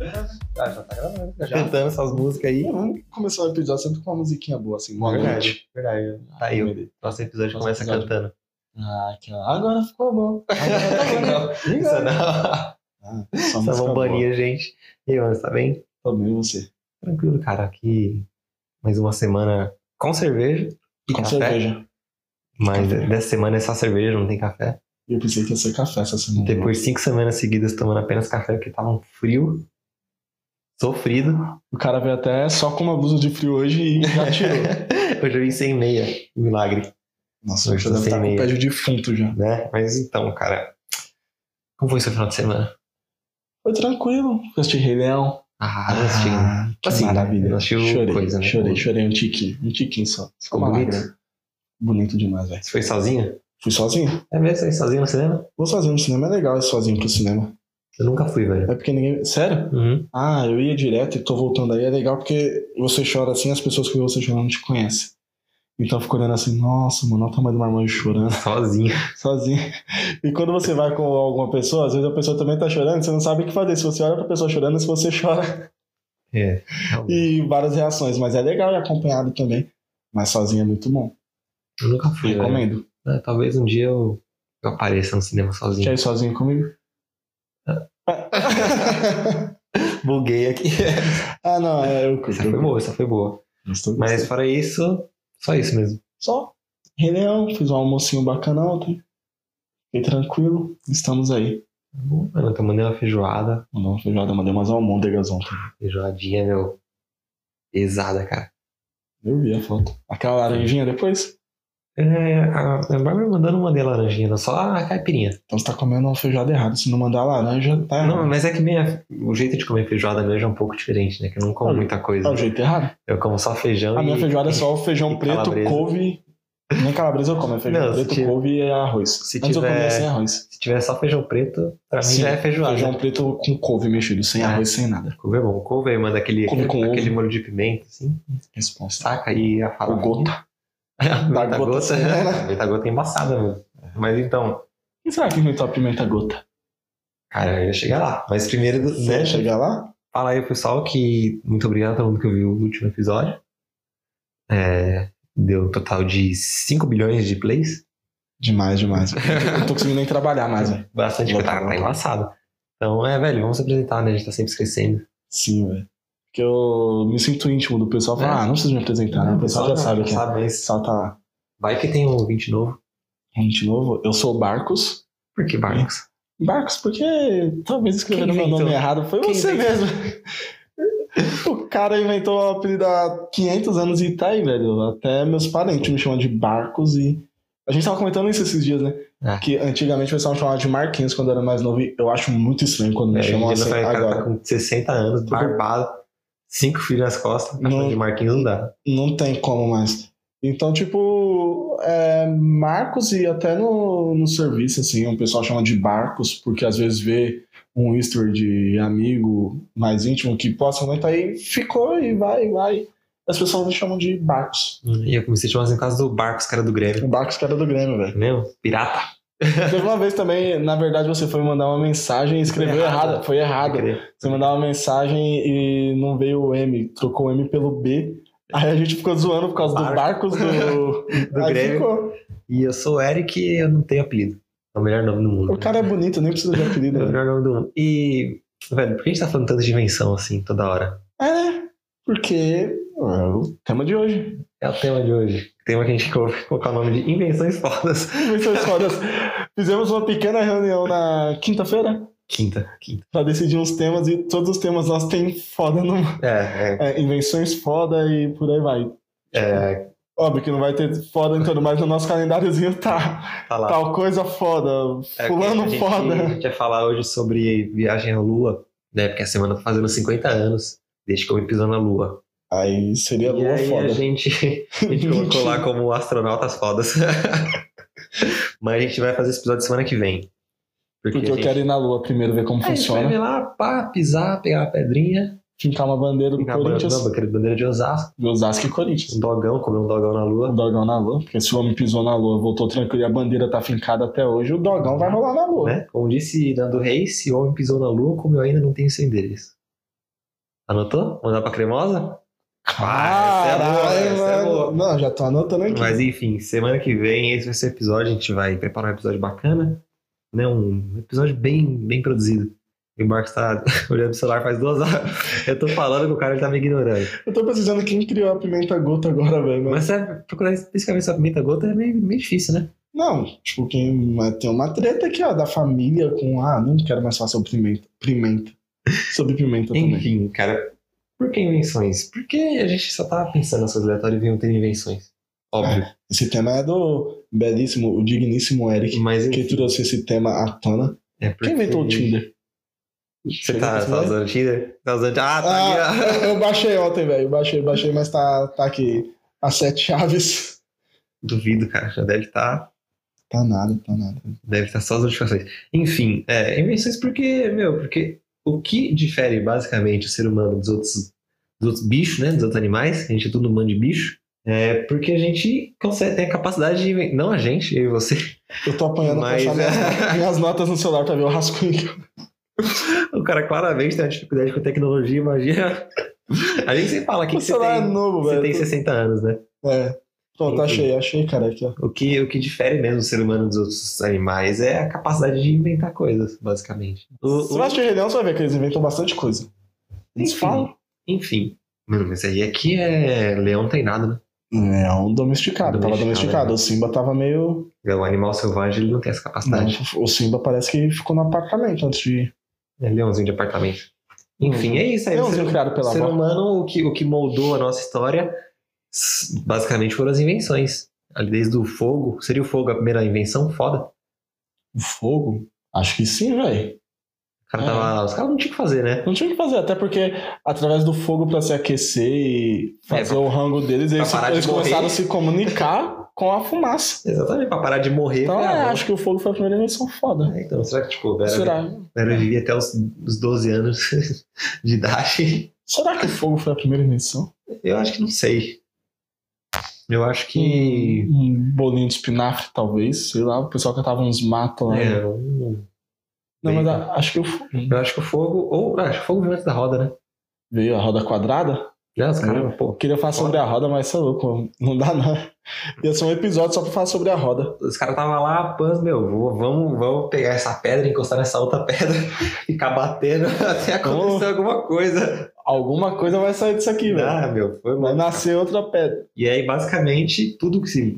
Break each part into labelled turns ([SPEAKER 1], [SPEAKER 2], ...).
[SPEAKER 1] Ah, já tá gravando. Já.
[SPEAKER 2] cantando essas músicas aí.
[SPEAKER 3] É, Vamos começar o episódio sempre com uma musiquinha boa, assim, boa
[SPEAKER 2] Verdade.
[SPEAKER 3] noite.
[SPEAKER 1] Verdade.
[SPEAKER 2] Tá aí, o nosso episódio
[SPEAKER 1] Nosso
[SPEAKER 2] começa
[SPEAKER 1] episódio.
[SPEAKER 2] cantando.
[SPEAKER 1] Ah, que ó. Agora ficou bom.
[SPEAKER 3] tá
[SPEAKER 2] Não,
[SPEAKER 3] né?
[SPEAKER 2] isso não.
[SPEAKER 3] Ah, só
[SPEAKER 2] Só
[SPEAKER 3] música
[SPEAKER 2] vão
[SPEAKER 3] boa.
[SPEAKER 2] banir a gente. E aí, mano, tá bem?
[SPEAKER 3] Também você.
[SPEAKER 2] Tranquilo, cara. Aqui mais uma semana com cerveja e
[SPEAKER 3] Com
[SPEAKER 2] café.
[SPEAKER 3] cerveja.
[SPEAKER 2] Mas
[SPEAKER 3] Café.
[SPEAKER 2] dessa semana é só cerveja, não tem café.
[SPEAKER 3] E eu pensei que ia ser café essa semana.
[SPEAKER 2] Depois de cinco semanas seguidas tomando apenas café, porque tava um frio sofrido.
[SPEAKER 3] O cara veio até só com uma blusa de frio hoje e já tirou.
[SPEAKER 2] Hoje eu vim sem meia. Milagre,
[SPEAKER 3] Nossa,
[SPEAKER 2] Hoje
[SPEAKER 3] hoje
[SPEAKER 2] tá
[SPEAKER 3] deve
[SPEAKER 2] sem
[SPEAKER 3] estar com o
[SPEAKER 2] meia.
[SPEAKER 3] pé de defunto já.
[SPEAKER 2] né? Mas então, cara. Como foi seu final de semana?
[SPEAKER 3] Foi tranquilo. Assisti Rei Leão.
[SPEAKER 2] Ah, não assisti.
[SPEAKER 3] que
[SPEAKER 2] assim,
[SPEAKER 3] maravilha.
[SPEAKER 2] não assistiu
[SPEAKER 3] chorei,
[SPEAKER 2] coisa, né?
[SPEAKER 3] chorei, chorei um tiquinho. Um tiquinho só.
[SPEAKER 2] Ficou
[SPEAKER 3] Uma
[SPEAKER 2] bonito?
[SPEAKER 3] lágrima. Bonito demais, velho.
[SPEAKER 2] Você foi sozinha?
[SPEAKER 3] Fui sozinho?
[SPEAKER 2] É mesmo? Você foi sozinha no cinema?
[SPEAKER 3] Vou sozinho no cinema. É legal ir sozinho pro cinema.
[SPEAKER 2] Eu nunca fui, velho.
[SPEAKER 3] É porque ninguém... Sério?
[SPEAKER 2] Uhum.
[SPEAKER 3] Ah, eu ia direto e tô voltando aí. É legal porque você chora assim, as pessoas que você chorando não te conhecem. Então eu fico olhando assim, nossa, mano, olha o tamanho do marmanjo chorando
[SPEAKER 2] Sozinha.
[SPEAKER 3] sozinho. E quando você vai com alguma pessoa, às vezes a pessoa também tá chorando, você não sabe o que fazer. Se você olha pra pessoa chorando, se você chora.
[SPEAKER 2] É.
[SPEAKER 3] E várias reações, mas é legal e acompanhado também. Mas sozinho é muito bom.
[SPEAKER 2] Eu nunca fui, velho.
[SPEAKER 3] Recomendo.
[SPEAKER 2] É, talvez um dia eu, eu apareça no cinema sozinho.
[SPEAKER 3] Quer ir sozinho comigo?
[SPEAKER 2] Buguei aqui.
[SPEAKER 3] ah, não, é eu curto.
[SPEAKER 2] Essa foi boa, essa foi boa. Mas fora isso, só isso mesmo.
[SPEAKER 3] Só Rei Leão, fiz um almocinho bacana ontem. Fiquei tranquilo, estamos aí.
[SPEAKER 2] Bom, Mano, eu mandei uma feijoada.
[SPEAKER 3] Mandou uma feijoada, mandei umas almôndegas ontem.
[SPEAKER 2] Feijoadinha, meu. Pesada, cara.
[SPEAKER 3] Eu vi a foto. Aquela laranjinha depois?
[SPEAKER 2] É, a, a Bárbara mandou, não mandei laranjinha, não, só a caipirinha.
[SPEAKER 3] Então você tá comendo uma feijoada errada. Se não mandar laranja, tá errado.
[SPEAKER 2] Não, mas é que minha, o jeito de comer feijoada mesmo é um pouco diferente, né? Que eu não como
[SPEAKER 3] Ah,
[SPEAKER 2] muita
[SPEAKER 3] É
[SPEAKER 2] coisa.
[SPEAKER 3] o jeito errado.
[SPEAKER 2] Eu como só feijão
[SPEAKER 3] A
[SPEAKER 2] e...
[SPEAKER 3] minha feijoada é só o feijão
[SPEAKER 2] e
[SPEAKER 3] preto,
[SPEAKER 2] calabresa.
[SPEAKER 3] couve. Nem calabresa eu como, é feijão
[SPEAKER 2] Não, se
[SPEAKER 3] preto,
[SPEAKER 2] tiver-
[SPEAKER 3] couve e arroz.
[SPEAKER 2] se
[SPEAKER 3] Antes eu
[SPEAKER 2] tiver-
[SPEAKER 3] comia sem arroz.
[SPEAKER 2] Se tiver só feijão preto, pra mim
[SPEAKER 3] Sim,
[SPEAKER 2] já é feijoada.
[SPEAKER 3] Feijão preto com couve mexido, sem
[SPEAKER 2] É.
[SPEAKER 3] arroz, sem nada.
[SPEAKER 2] Couve é bom. Couve aí manda aquele,
[SPEAKER 3] Couve com
[SPEAKER 2] aquele
[SPEAKER 3] ovo.
[SPEAKER 2] molho de pimenta, assim.
[SPEAKER 3] Resposta.
[SPEAKER 2] Saca aí a fala.
[SPEAKER 3] O gota.
[SPEAKER 2] da
[SPEAKER 3] Da
[SPEAKER 2] gota.
[SPEAKER 3] gota,
[SPEAKER 2] gota.
[SPEAKER 3] sim, né?
[SPEAKER 2] A pimenta gota é embaçada, mano. Mas então,
[SPEAKER 3] Quem será que inventou a pimenta gota?
[SPEAKER 2] cara, eu ia chegar lá. Mas primeiro,
[SPEAKER 3] Quer
[SPEAKER 2] deixa
[SPEAKER 3] chegar lá?
[SPEAKER 2] Fala aí, pessoal, que muito obrigado a todo mundo que viu o último episódio. É, deu um total de 5 bilhões de plays.
[SPEAKER 3] Demais, demais. Eu não tô conseguindo nem trabalhar mais, velho.
[SPEAKER 2] Bastante coisa, tá, tá embaçado. Então, é, velho, vamos se apresentar, né? A gente tá sempre esquecendo.
[SPEAKER 3] Sim, velho. Porque eu me sinto íntimo do pessoal. Fala,
[SPEAKER 2] É.
[SPEAKER 3] ah, não preciso me apresentar, né? O pessoal já sabe quem é. O
[SPEAKER 2] sabe, mas
[SPEAKER 3] pessoal tá lá.
[SPEAKER 2] vai que tem um ouvinte novo.
[SPEAKER 3] Gente, novo, eu sou o Barcos.
[SPEAKER 2] Por que, Marcos?
[SPEAKER 3] Barcos, porque talvez escreveram
[SPEAKER 2] Quem
[SPEAKER 3] meu nome
[SPEAKER 2] inventou?
[SPEAKER 3] errado. Foi
[SPEAKER 2] Quem
[SPEAKER 3] você
[SPEAKER 2] inventou?
[SPEAKER 3] mesmo. o cara inventou o apelido há 500 anos e tá aí, velho. Até meus parentes me chamam de Barcos e... A gente tava comentando isso esses dias, né?
[SPEAKER 2] É.
[SPEAKER 3] Que antigamente o pessoal me chamava de Marquinhos quando eu era mais novo. E eu acho muito estranho quando me
[SPEAKER 2] É,
[SPEAKER 3] chamam
[SPEAKER 2] a gente
[SPEAKER 3] assim
[SPEAKER 2] ainda fala, o cara tá
[SPEAKER 3] agora.
[SPEAKER 2] com 60 anos, barbado, cinco filhos nas costas,
[SPEAKER 3] Não.
[SPEAKER 2] achando de Marquinhos não dá.
[SPEAKER 3] Não tem como mais. Então, tipo, é, Marcos e até no, no serviço, assim, o pessoal chama de Barcos, porque às vezes vê um history de amigo mais íntimo que possa aumentar aí, ficou e vai, e vai. As pessoas me chamam de Barcos.
[SPEAKER 2] E eu comecei a chamar assim por causa do Barcos, cara do Grêmio.
[SPEAKER 3] O Barcos que era do Grêmio, velho.
[SPEAKER 2] Entendeu? Pirata.
[SPEAKER 3] Teve uma vez também, na verdade, você foi mandar uma mensagem e escreveu
[SPEAKER 2] Foi errado.
[SPEAKER 3] errada. Foi errado. Você mandava uma mensagem e não veio o M, trocou o M pelo B. Aí a gente ficou zoando por causa do Barcos
[SPEAKER 2] Barcos.
[SPEAKER 3] do,
[SPEAKER 2] Do
[SPEAKER 3] Aí
[SPEAKER 2] Grêmio.
[SPEAKER 3] ficou.
[SPEAKER 2] E eu sou o Eric e eu não tenho apelido. É o melhor nome do mundo.
[SPEAKER 3] O cara é bonito, nem precisa de
[SPEAKER 2] é o
[SPEAKER 3] apelido. né?
[SPEAKER 2] melhor nome do mundo. E, velho, por que a gente tá falando tanto de invenção assim toda hora?
[SPEAKER 3] É, né? Porque é o tema de hoje.
[SPEAKER 2] É o tema de hoje. O tema que a gente co- colocar o nome de invenções fodas.
[SPEAKER 3] Invenções fodas. Fizemos uma pequena reunião na quinta-feira
[SPEAKER 2] Quinta, quinta.
[SPEAKER 3] pra decidir uns temas e todos os temas nós tem foda no...
[SPEAKER 2] É, é.
[SPEAKER 3] é, invenções foda e por aí vai.
[SPEAKER 2] é
[SPEAKER 3] Óbvio que não vai ter foda em tudo, mas no nosso calendáriozinho tá
[SPEAKER 2] tá lá.
[SPEAKER 3] tal coisa foda,
[SPEAKER 2] É,
[SPEAKER 3] fulano
[SPEAKER 2] a gente, A
[SPEAKER 3] foda.
[SPEAKER 2] gente vai falar hoje sobre viagem à lua, né? Porque a semana tá fazendo 50 anos. Desde que eu me pisou na lua.
[SPEAKER 3] Aí seria
[SPEAKER 2] e
[SPEAKER 3] lua
[SPEAKER 2] aí a
[SPEAKER 3] é foda.
[SPEAKER 2] gente, a gente colocou lá como astronautas fodas. Mas a gente vai fazer esse episódio semana que vem.
[SPEAKER 3] Porque
[SPEAKER 2] a
[SPEAKER 3] eu
[SPEAKER 2] gente-
[SPEAKER 3] quero ir na lua primeiro, ver como
[SPEAKER 2] Aí a gente vai
[SPEAKER 3] funciona.
[SPEAKER 2] ver lá, pá, pisar, pegar a pedrinha,
[SPEAKER 3] Fincar uma bandeira do
[SPEAKER 2] pegar a bandeira,
[SPEAKER 3] Corinthians.
[SPEAKER 2] não, aquele bandeira de Osasco,
[SPEAKER 3] De Osasco e Corinthians.
[SPEAKER 2] um dogão, comer um dogão na
[SPEAKER 3] o
[SPEAKER 2] lua.
[SPEAKER 3] dogão na lua, porque se o homem pisou na lua, voltou tranquilo e a bandeira tá fincada até hoje, o dogão vai rolar na lua.
[SPEAKER 2] Né? Como disse Nando Reis, se o homem pisou na lua, como eu ainda não tenho seu endereço. Anotou? Mandar pra cremosa? essa é boa,
[SPEAKER 3] Caralho,
[SPEAKER 2] essa é
[SPEAKER 3] mano.
[SPEAKER 2] boa.
[SPEAKER 3] Não, já tô anotando aqui.
[SPEAKER 2] Mas enfim, semana que vem, esse vai ser o episódio. A gente vai preparar um episódio bacana, né? Um episódio bem, bem produzido. E o Marcos tá olhando pro celular faz duas horas. Eu tô falando que o cara ele tá me ignorando.
[SPEAKER 3] Eu tô precisando quem criou a pimenta gota agora, velho. mas-
[SPEAKER 2] Mas sabe, procurar especificamente essa pimenta gota é meio, meio difícil, né?
[SPEAKER 3] Não, tipo, quem mas tem uma treta aqui, ó, da família com. Ah, não quero mais falar sobre pimenta. Pimenta. Sobre pimenta também.
[SPEAKER 2] Enfim, cara, por que invenções? Porque a gente só tava pensando nas coisas aleatórias e vinham ter invenções. Óbvio.
[SPEAKER 3] Esse tema é do belíssimo, o digníssimo Eric,
[SPEAKER 2] Mas
[SPEAKER 3] É, que
[SPEAKER 2] enfim,
[SPEAKER 3] trouxe esse tema à tona.
[SPEAKER 2] é porque...
[SPEAKER 3] Quem inventou o Tinder?
[SPEAKER 2] Você tá,
[SPEAKER 3] Chega
[SPEAKER 2] tá
[SPEAKER 3] nesse
[SPEAKER 2] usando Tinder? Tá usando... Ah, tá
[SPEAKER 3] Ah,
[SPEAKER 2] aqui, ó.
[SPEAKER 3] eu- eu baixei ontem, velho. Baixei, baixei, mas tá, tá aqui. As sete chaves.
[SPEAKER 2] Duvido, cara. Já deve estar...
[SPEAKER 3] Tá nada, tá nada.
[SPEAKER 2] Deve estar só as notificações. Enfim, é, invenções porque, meu, porque o que difere basicamente o ser humano dos outros, dos outros bichos, né? Dos outros animais, a gente é tudo humano de bicho, é porque a gente consegue, tem a capacidade de inven- Não a gente, eu e você,
[SPEAKER 3] Eu tô apanhando pra
[SPEAKER 2] Mas, é.
[SPEAKER 3] achar minhas, minhas notas no celular pra ver o rascunho. que eu-
[SPEAKER 2] o cara claramente tem uma dificuldade com tecnologia, imagina. A gente sempre fala que
[SPEAKER 3] O
[SPEAKER 2] você
[SPEAKER 3] celular é
[SPEAKER 2] tem,
[SPEAKER 3] novo,
[SPEAKER 2] você
[SPEAKER 3] velho.
[SPEAKER 2] tem 60 anos, né?
[SPEAKER 3] É. Pronto,
[SPEAKER 2] Enfim.
[SPEAKER 3] achei, achei, cara, aqui, ó.
[SPEAKER 2] O que, o que difere mesmo o ser humano dos outros animais é a capacidade de inventar coisas, basicamente. O-
[SPEAKER 3] Você
[SPEAKER 2] o-
[SPEAKER 3] vai assistir Rei Leão, você vai ver que eles inventam bastante coisa. Eles
[SPEAKER 2] Enfim.
[SPEAKER 3] falam.
[SPEAKER 2] Enfim. Mano, mas aí aqui é leão treinado, né?
[SPEAKER 3] É um domesticado, tava
[SPEAKER 2] Domesticado,
[SPEAKER 3] domesticado.
[SPEAKER 2] né?
[SPEAKER 3] O Simba tava meio.
[SPEAKER 2] O É um animal selvagem ele não tem essa capacidade.
[SPEAKER 3] Não, o Simba parece que ficou no apartamento antes de.
[SPEAKER 2] É leãozinho de apartamento. Enfim, é isso aí.
[SPEAKER 3] Leãozinho
[SPEAKER 2] o ser,
[SPEAKER 3] um criado pela
[SPEAKER 2] o ser
[SPEAKER 3] avó.
[SPEAKER 2] humano, o que, o que moldou a nossa história, s- basicamente foram as invenções. Ali desde o fogo, seria o fogo a primeira invenção? Foda.
[SPEAKER 3] O fogo? Acho que sim, velho.
[SPEAKER 2] O cara
[SPEAKER 3] É.
[SPEAKER 2] tava- Os caras não tinham o que fazer, né?
[SPEAKER 3] Não tinha o que fazer, até porque através do fogo pra se aquecer e fazer
[SPEAKER 2] É, pra-
[SPEAKER 3] o rango deles, eles,
[SPEAKER 2] parar de
[SPEAKER 3] eles
[SPEAKER 2] morrer.
[SPEAKER 3] começaram a se comunicar com a fumaça.
[SPEAKER 2] Exatamente, pra parar de morrer.
[SPEAKER 3] Então,
[SPEAKER 2] cara,
[SPEAKER 3] é,
[SPEAKER 2] não.
[SPEAKER 3] acho que o fogo foi a primeira invenção foda.
[SPEAKER 2] É, então será que tipo, o Vera,
[SPEAKER 3] Será?
[SPEAKER 2] Vera vivia até os, os 12 anos de idade?
[SPEAKER 3] Será que o fogo foi a primeira invenção?
[SPEAKER 2] Eu acho que não sei. Eu acho que.
[SPEAKER 3] Um, um bolinho de espinafre, talvez. Sei lá, o pessoal cantava uns matos lá.
[SPEAKER 2] É, um-
[SPEAKER 3] Não, mas
[SPEAKER 2] bem-
[SPEAKER 3] a- acho que o fogo.
[SPEAKER 2] eu acho que o fogo. Ou ah, acho que o fogo veio antes da roda, né?
[SPEAKER 3] Veio a roda quadrada?
[SPEAKER 2] Né, os caras,
[SPEAKER 3] Eu
[SPEAKER 2] pô,
[SPEAKER 3] queria falar sobre a roda, mas você é louco, não dá não. Ia ser um episódio só pra falar sobre a roda.
[SPEAKER 2] os caras estavam lá, pãs, meu, vou- vamos, vamos pegar essa pedra, encostar nessa outra pedra, ficar batendo até acontecer alguma coisa.
[SPEAKER 3] Alguma coisa vai sair disso aqui, velho.
[SPEAKER 2] Ah, meu, foi
[SPEAKER 3] Vai
[SPEAKER 2] mal.
[SPEAKER 3] nascer outra pedra.
[SPEAKER 2] E aí, basicamente, tudo que se,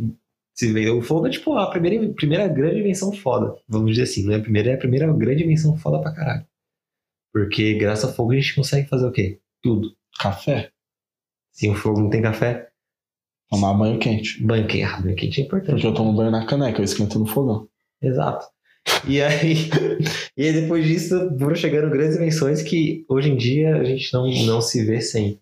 [SPEAKER 2] se veio. O fogo é tipo a primeira, primeira grande invenção foda. Vamos dizer assim, não é a primeira, é a primeira grande invenção foda pra caralho. Porque graças ao fogo a gente consegue fazer o quê? Tudo.
[SPEAKER 3] Café?
[SPEAKER 2] Sem o fogo não tem café,
[SPEAKER 3] Tomar banho quente.
[SPEAKER 2] banho quente. Ah, banho quente é importante.
[SPEAKER 3] Porque eu tomo banho na caneca, eu esquento no fogão.
[SPEAKER 2] Exato. E aí, e aí depois disso foram chegando grandes invenções que hoje em dia a gente não, não se vê sem.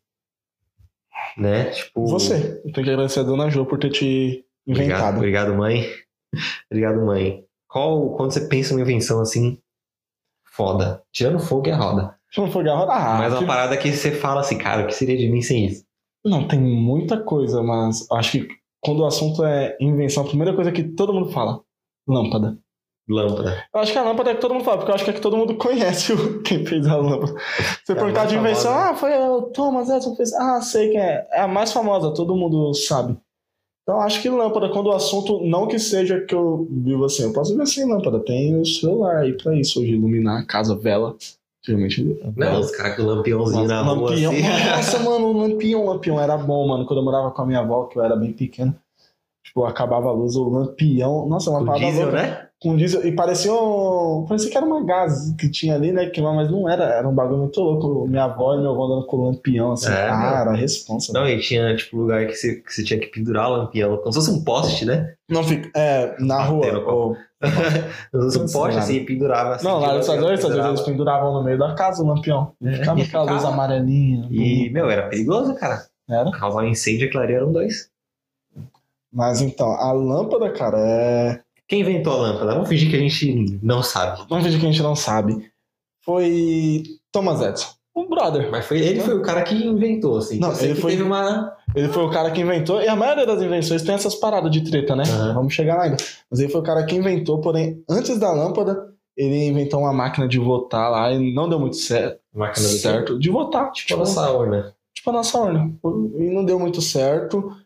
[SPEAKER 2] Né? Tipo.
[SPEAKER 3] Você, eu tenho que agradecer a dona Jo por ter te
[SPEAKER 2] Obrigado,
[SPEAKER 3] inventado.
[SPEAKER 2] obrigado, mãe. Obrigado, mãe. Qual, quando você pensa numa invenção assim, foda. Tirando fogo e a roda.
[SPEAKER 3] Se não for a roda, ah,
[SPEAKER 2] Mas é
[SPEAKER 3] que-
[SPEAKER 2] uma parada que você fala assim, cara, o que seria de mim sem isso?
[SPEAKER 3] Não, tem muita coisa, mas acho que quando o assunto é invenção, a primeira coisa que todo mundo fala, lâmpada.
[SPEAKER 2] Lâmpada.
[SPEAKER 3] Eu acho que a lâmpada é que todo mundo fala, porque eu acho que é que todo mundo conhece o- quem fez a lâmpada. Você
[SPEAKER 2] É a
[SPEAKER 3] perguntar
[SPEAKER 2] mais
[SPEAKER 3] de invenção,
[SPEAKER 2] famosa.
[SPEAKER 3] ah, foi o Thomas Edison que fez, ah, sei quem é. É a mais famosa, todo mundo sabe. Então acho que lâmpada, quando o assunto, não que seja que eu vivo assim, eu posso viver sem lâmpada, tem o celular aí pra isso, hoje iluminar a casa, vela. Geralmente. é
[SPEAKER 2] Não, os caras com lampiãozinho na rua
[SPEAKER 3] Lampião.
[SPEAKER 2] assim.
[SPEAKER 3] Nossa, mano, o lampião, um lampião era bom, mano. Quando eu morava com a minha avó, que eu era bem pequeno, tipo, acabava a luz, o lampião. Nossa, uma
[SPEAKER 2] O
[SPEAKER 3] parada
[SPEAKER 2] diesel,
[SPEAKER 3] louca.
[SPEAKER 2] né?
[SPEAKER 3] Com diesel. E parecia um. Parecia que era uma gás que tinha ali, né? Que, mas não era, era um bagulho muito louco. Minha avó e meu avô andando com o lampião, assim,
[SPEAKER 2] É,
[SPEAKER 3] cara, a responsa.
[SPEAKER 2] Não, e tinha tipo lugar que você, que você tinha que pendurar o lampião, como se fosse um poste, né?
[SPEAKER 3] Não fica. É, na rua.
[SPEAKER 2] Bateram com-
[SPEAKER 3] ou-
[SPEAKER 2] Como se fosse um
[SPEAKER 3] Sim,
[SPEAKER 2] poste
[SPEAKER 3] nada.
[SPEAKER 2] assim, e pendurava assim.
[SPEAKER 3] Não, lá
[SPEAKER 2] de
[SPEAKER 3] nos Estados
[SPEAKER 2] lampião,
[SPEAKER 3] Unidos, às vezes
[SPEAKER 2] pendurava.
[SPEAKER 3] eles penduravam no meio da casa o lampião. E
[SPEAKER 2] É,
[SPEAKER 3] ficava
[SPEAKER 2] e
[SPEAKER 3] aquela luz
[SPEAKER 2] ficava.
[SPEAKER 3] amarelinha.
[SPEAKER 2] E, meu, era perigoso, cara.
[SPEAKER 3] Era.
[SPEAKER 2] Causar um incêndio, aquilo ali eram dois.
[SPEAKER 3] Mas então, a lâmpada, cara, é.
[SPEAKER 2] Quem inventou a lâmpada? Vamos fingir que a gente não sabe.
[SPEAKER 3] um vídeo que a gente não sabe. Foi Thomas Edison. Um brother.
[SPEAKER 2] Mas foi, ele foi o cara que inventou, assim.
[SPEAKER 3] Não,
[SPEAKER 2] Eu sei
[SPEAKER 3] ele
[SPEAKER 2] que
[SPEAKER 3] foi-
[SPEAKER 2] Teve uma...
[SPEAKER 3] Ele foi o cara que inventou, e a maioria das invenções tem essas paradas de treta, né?
[SPEAKER 2] Aham.
[SPEAKER 3] Vamos chegar lá ainda. Mas ele foi o cara que inventou, porém, antes da lâmpada, ele inventou uma máquina de votar lá e não deu muito certo.
[SPEAKER 2] Máquina do certo.
[SPEAKER 3] certo de votar. Tipo,
[SPEAKER 2] Tipo a nossa urna.
[SPEAKER 3] tipo a nossa urna. E não deu muito certo,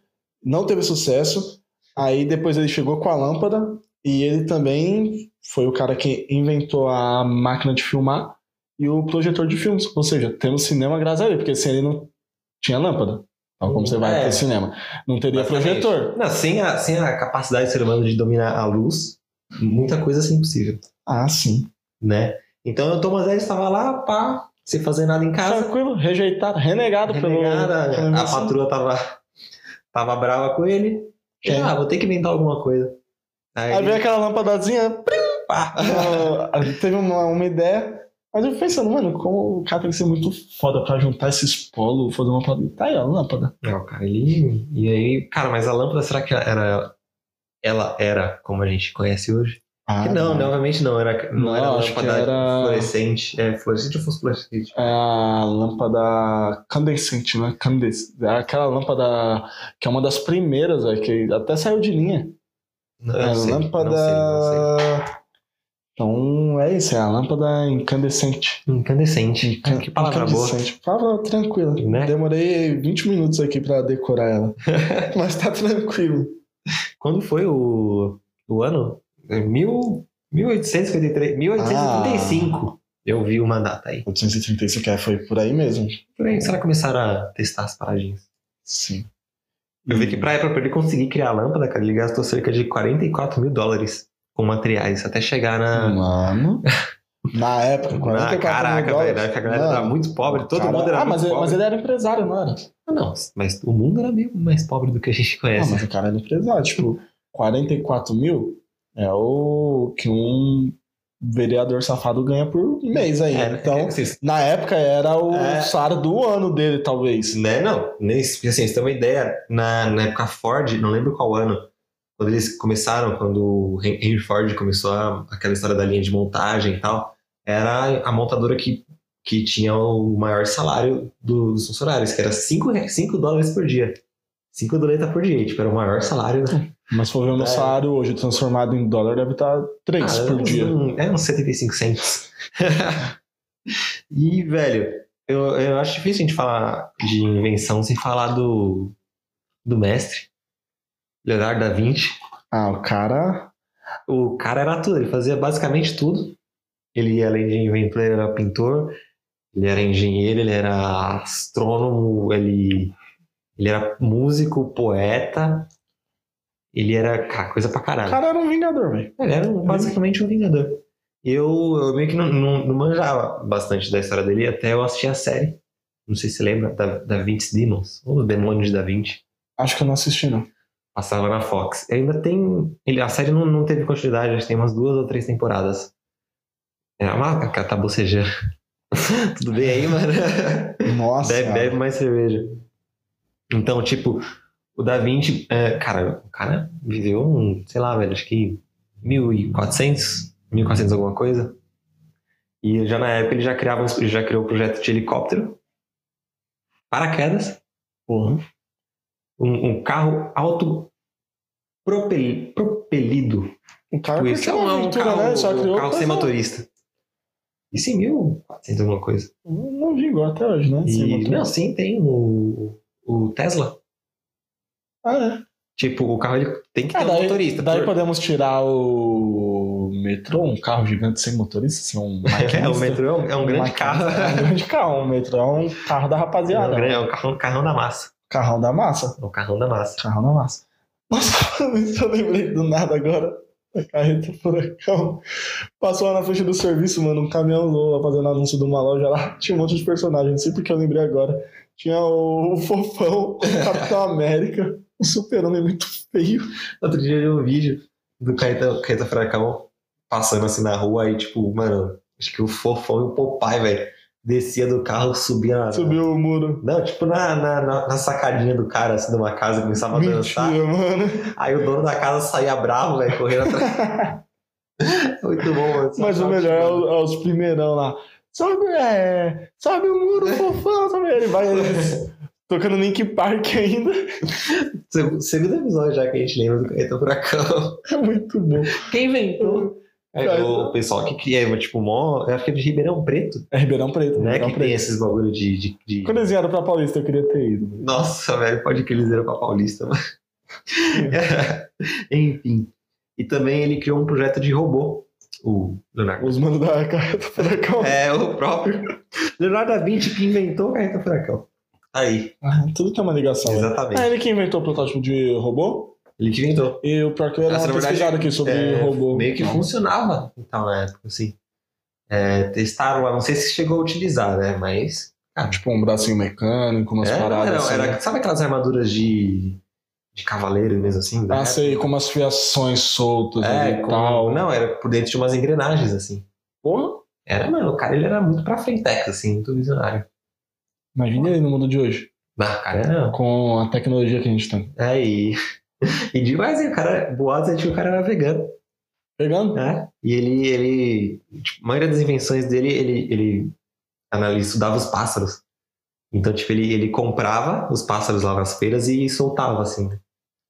[SPEAKER 3] não teve sucesso. Aí depois ele chegou com a lâmpada e ele também foi o cara que inventou a máquina de filmar e o projetor de filmes. Ou seja, temos cinema graças a ele, porque se ele não tinha lâmpada, então como você vai
[SPEAKER 2] É.
[SPEAKER 3] ter cinema? Não teria
[SPEAKER 2] Basicamente.
[SPEAKER 3] projetor.
[SPEAKER 2] Não, sem a, sem a capacidade do ser humano de dominar a luz, muita coisa assim é impossível,
[SPEAKER 3] Ah, sim.
[SPEAKER 2] né? Então o Thomas Edison estava lá, pá, sem fazer nada em casa.
[SPEAKER 3] Tranquilo, rejeitado, renegado,
[SPEAKER 2] renegada,
[SPEAKER 3] pelo. pela
[SPEAKER 2] a
[SPEAKER 3] invenção.
[SPEAKER 2] patroa tava, tava brava com ele. E,
[SPEAKER 3] É.
[SPEAKER 2] Ah, vou ter que inventar alguma coisa. Aí,
[SPEAKER 3] Aí veio aquela lâmpadazinha,
[SPEAKER 2] pá.
[SPEAKER 3] Ah, teve uma, uma ideia, mas eu fico pensando, mano, como o cara tem que ser muito foda pra juntar esses polos, fazer uma parada. Tá aí, ó, lâmpada.
[SPEAKER 2] Não, cara, ele. E aí, cara, mas a lâmpada, será que ela era. Ela era como a gente conhece hoje?
[SPEAKER 3] Ah,
[SPEAKER 2] Que não, né? Obviamente não. Era, não,
[SPEAKER 3] Não,
[SPEAKER 2] era
[SPEAKER 3] acho que
[SPEAKER 2] lâmpada
[SPEAKER 3] era-
[SPEAKER 2] fluorescente. É, fluorescente ou fosforescente?
[SPEAKER 3] É a lâmpada candescente, né? Candescente. É aquela lâmpada que é uma das primeiras, velho, que até saiu de linha.
[SPEAKER 2] Não,
[SPEAKER 3] É
[SPEAKER 2] eu
[SPEAKER 3] a
[SPEAKER 2] não sei,
[SPEAKER 3] lâmpada.
[SPEAKER 2] Não sei, não sei.
[SPEAKER 3] Então é isso, é a lâmpada incandescente.
[SPEAKER 2] Incandescente. Ah, que palavra boa.
[SPEAKER 3] incandescente. Palavra tranquila.
[SPEAKER 2] Né?
[SPEAKER 3] Demorei 20 minutos aqui pra decorar ela. mas tá tranquilo.
[SPEAKER 2] Quando foi o, o ano? É mil- 1853, 1835. Eu vi uma data aí.
[SPEAKER 3] 830 você quer, é, foi por aí mesmo.
[SPEAKER 2] Por aí, será que começaram a testar as paradinhas?
[SPEAKER 3] Sim.
[SPEAKER 2] Eu vi que pra, pra ele conseguir criar a lâmpada, cara, ele gastou cerca de 44 mil dólares com materiais até chegar na.
[SPEAKER 3] Mano. Um Na época, 44
[SPEAKER 2] na
[SPEAKER 3] mil
[SPEAKER 2] Ah, caraca,
[SPEAKER 3] dólares.
[SPEAKER 2] velho. na época A galera
[SPEAKER 3] Mano,
[SPEAKER 2] era muito pobre, todo
[SPEAKER 3] cara-
[SPEAKER 2] mundo era
[SPEAKER 3] ah,
[SPEAKER 2] muito
[SPEAKER 3] mas, ele-
[SPEAKER 2] pobre.
[SPEAKER 3] mas ele era empresário, não era?
[SPEAKER 2] Ah, Não, mas o mundo era meio mais pobre do que a gente
[SPEAKER 3] Não,
[SPEAKER 2] conhece.
[SPEAKER 3] Ah, mas o cara era empresário. Tipo, 44 mil é o que um vereador safado ganha por mês aí.
[SPEAKER 2] Era-
[SPEAKER 3] então,
[SPEAKER 2] é, vocês-
[SPEAKER 3] na época era o
[SPEAKER 2] É.
[SPEAKER 3] salário do ano dele, talvez.
[SPEAKER 2] né? Não, nem assim, vocês têm uma ideia. Na, na época Ford, não lembro qual ano, quando eles começaram, quando o Hen- Henry Ford começou a- aquela história da linha de montagem e tal, era a montadora que, que tinha o maior salário do- dos funcionários, que era 5 dólares por dia. 5 doletas por dia, tipo, era o maior salário.
[SPEAKER 3] Mas se for ver o meu
[SPEAKER 2] É.
[SPEAKER 3] salário hoje transformado em dólar, deve estar 3
[SPEAKER 2] Ah,
[SPEAKER 3] por
[SPEAKER 2] uns-
[SPEAKER 3] dia.
[SPEAKER 2] um- é uns 75 centos. e, velho, eu, eu acho difícil a gente falar de invenção sem falar do, do mestre, Leonardo da Vinci.
[SPEAKER 3] Ah, o cara.
[SPEAKER 2] O cara era tudo, ele fazia basicamente tudo. Ele, além de inventor, ele era pintor, ele era engenheiro, ele era astrônomo, ele, ele era músico, poeta. Ele era cara, coisa pra
[SPEAKER 3] O
[SPEAKER 2] caralho.
[SPEAKER 3] cara era um vingador, velho.
[SPEAKER 2] Ele era um- basicamente um Vingador. E Eu, eu meio que não, não, não manjava bastante da história dele, até eu assisti a série. Não sei se você lembra, da, da Vinci's Demons, ou do Demônios da Vinci.
[SPEAKER 3] Acho que eu não assisti, não.
[SPEAKER 2] Passava na Fox. Ainda tem. Ele, a série não, não teve continuidade, acho que tem umas duas ou três temporadas. É, mas cara, tá bocejando. Tudo bem aí, mano?
[SPEAKER 3] Nossa.
[SPEAKER 2] bebe,
[SPEAKER 3] cara.
[SPEAKER 2] bebe mais cerveja. Então, tipo, o Da Vinci, é, cara, o cara viveu, um, sei lá, velho, acho que 1400, 1400 alguma coisa. E já na época ele já criava, uns- ele já criou um projeto de helicóptero, paraquedas,
[SPEAKER 3] Porra.
[SPEAKER 2] um, um carro auto propel- propelido.
[SPEAKER 3] O cara
[SPEAKER 2] Tipo,
[SPEAKER 3] curtiu
[SPEAKER 2] é um-
[SPEAKER 3] uma
[SPEAKER 2] é um
[SPEAKER 3] Ah, aventura,
[SPEAKER 2] carro,
[SPEAKER 3] né? Só
[SPEAKER 2] um
[SPEAKER 3] criou
[SPEAKER 2] carro sem
[SPEAKER 3] coisa-
[SPEAKER 2] motorista. Isso em 1400 alguma coisa.
[SPEAKER 3] Não não vingou até hoje, né? Sem
[SPEAKER 2] E,
[SPEAKER 3] motor.
[SPEAKER 2] não, sim, tem o, o Tesla.
[SPEAKER 3] Ah, é.
[SPEAKER 2] Tipo, o carro ele tem que ter
[SPEAKER 3] Ah,
[SPEAKER 2] um
[SPEAKER 3] daí,
[SPEAKER 2] motorista.
[SPEAKER 3] daí
[SPEAKER 2] por-
[SPEAKER 3] podemos tirar o metrô, um carro gigante sem motorista, assim, um
[SPEAKER 2] É,
[SPEAKER 3] maquinista.
[SPEAKER 2] o metrô é um, é um grande
[SPEAKER 3] maquinista.
[SPEAKER 2] carro.
[SPEAKER 3] É um grande carro, um metrô é um carro da
[SPEAKER 2] É um,
[SPEAKER 3] rapaziada.
[SPEAKER 2] grande- é um carrão, carrão da massa.
[SPEAKER 3] Carrão da massa.
[SPEAKER 2] É um carrão da massa.
[SPEAKER 3] Carrão da massa. Nossa, falando isso, eu lembrei do nada agora. A carreta furacão. Passou lá na frente do serviço, mano, um caminhão louco fazendo anúncio de uma loja lá. Tinha um monte de personagens, não sei porque eu lembrei agora. Tinha o, o Fofão, o Capitão América, o Super-Homem muito feio.
[SPEAKER 2] Outro dia eu vi um vídeo do Caeta, Caeta Furacão passando assim na rua e, tipo, mano, acho que o Fofão e o Popeye, velho, descia do carro, subia na.
[SPEAKER 3] Subiu o muro.
[SPEAKER 2] Não, tipo, na, na, na- na sacadinha do cara, assim, de uma casa, começava a dançar.
[SPEAKER 3] Mentira, mano.
[SPEAKER 2] Aí o dono da casa saía bravo, velho, correndo atrás. Muito bom, mano.
[SPEAKER 3] Mas o melhor é, o- é os primeirão lá. Sobe, é, sobe o muro, fofão, sobe. Ele vai tocando Link Park ainda.
[SPEAKER 2] Seg- Segundo episódio já que a gente lembra do Caetano Furacão.
[SPEAKER 3] É muito bom.
[SPEAKER 2] Quem
[SPEAKER 3] inventou?
[SPEAKER 2] É, o pessoal que cria, tipo, mó. Eu acho que é de Ribeirão Preto,
[SPEAKER 3] É Ribeirão Preto,
[SPEAKER 2] né?
[SPEAKER 3] Ribeirão
[SPEAKER 2] Que tem esses bagulho de. de, de-
[SPEAKER 3] Quando eles vieram pra Paulista, eu queria ter ido.
[SPEAKER 2] Nossa, velho, pode que eles eram pra Paulista, mano. Enfim. E também ele criou um projeto de robô, o Leonardo.
[SPEAKER 3] Os manos da carreta furacão.
[SPEAKER 2] É, o próprio. Leonardo da Vinci que inventou a carreta furacão. Tá Aí,
[SPEAKER 3] Ah, Tudo tem uma ligação. né?
[SPEAKER 2] exatamente.
[SPEAKER 3] Ah, ele que inventou o protótipo de robô.
[SPEAKER 2] Ele que inventou.
[SPEAKER 3] E o pior que eu era
[SPEAKER 2] Nossa,
[SPEAKER 3] uma
[SPEAKER 2] na verdade,
[SPEAKER 3] pesquisada aqui sobre
[SPEAKER 2] é,
[SPEAKER 3] robô.
[SPEAKER 2] meio que funcionava então na época, assim. É, testaram lá, não sei se chegou a utilizar, né? Mas.
[SPEAKER 3] Tipo um bracinho mecânico, umas
[SPEAKER 2] É,
[SPEAKER 3] paradas
[SPEAKER 2] não,
[SPEAKER 3] assim.
[SPEAKER 2] era- sabe aquelas armaduras de, de cavaleiro mesmo assim? da
[SPEAKER 3] Ah, sei, com umas fiações soltas
[SPEAKER 2] época?
[SPEAKER 3] ali
[SPEAKER 2] É,
[SPEAKER 3] e
[SPEAKER 2] com-
[SPEAKER 3] tal.
[SPEAKER 2] Não, era por dentro de umas engrenagens, assim.
[SPEAKER 3] Porra,
[SPEAKER 2] Era, mano, o cara ele era muito pra frentex, assim, muito visionário.
[SPEAKER 3] imagina ele no mundo de hoje.
[SPEAKER 2] Ah,
[SPEAKER 3] É?
[SPEAKER 2] cara, não.
[SPEAKER 3] Com a tecnologia que a gente tem.
[SPEAKER 2] É, e, e demais, hein? O cara, boatos é de que o cara era vegano.
[SPEAKER 3] Pegando?
[SPEAKER 2] né? E ele, ele tipo, a maioria das invenções dele, ele, ele analisa, estudava os pássaros. Então, tipo, ele, ele comprava os pássaros lá nas feiras e soltava, assim. né?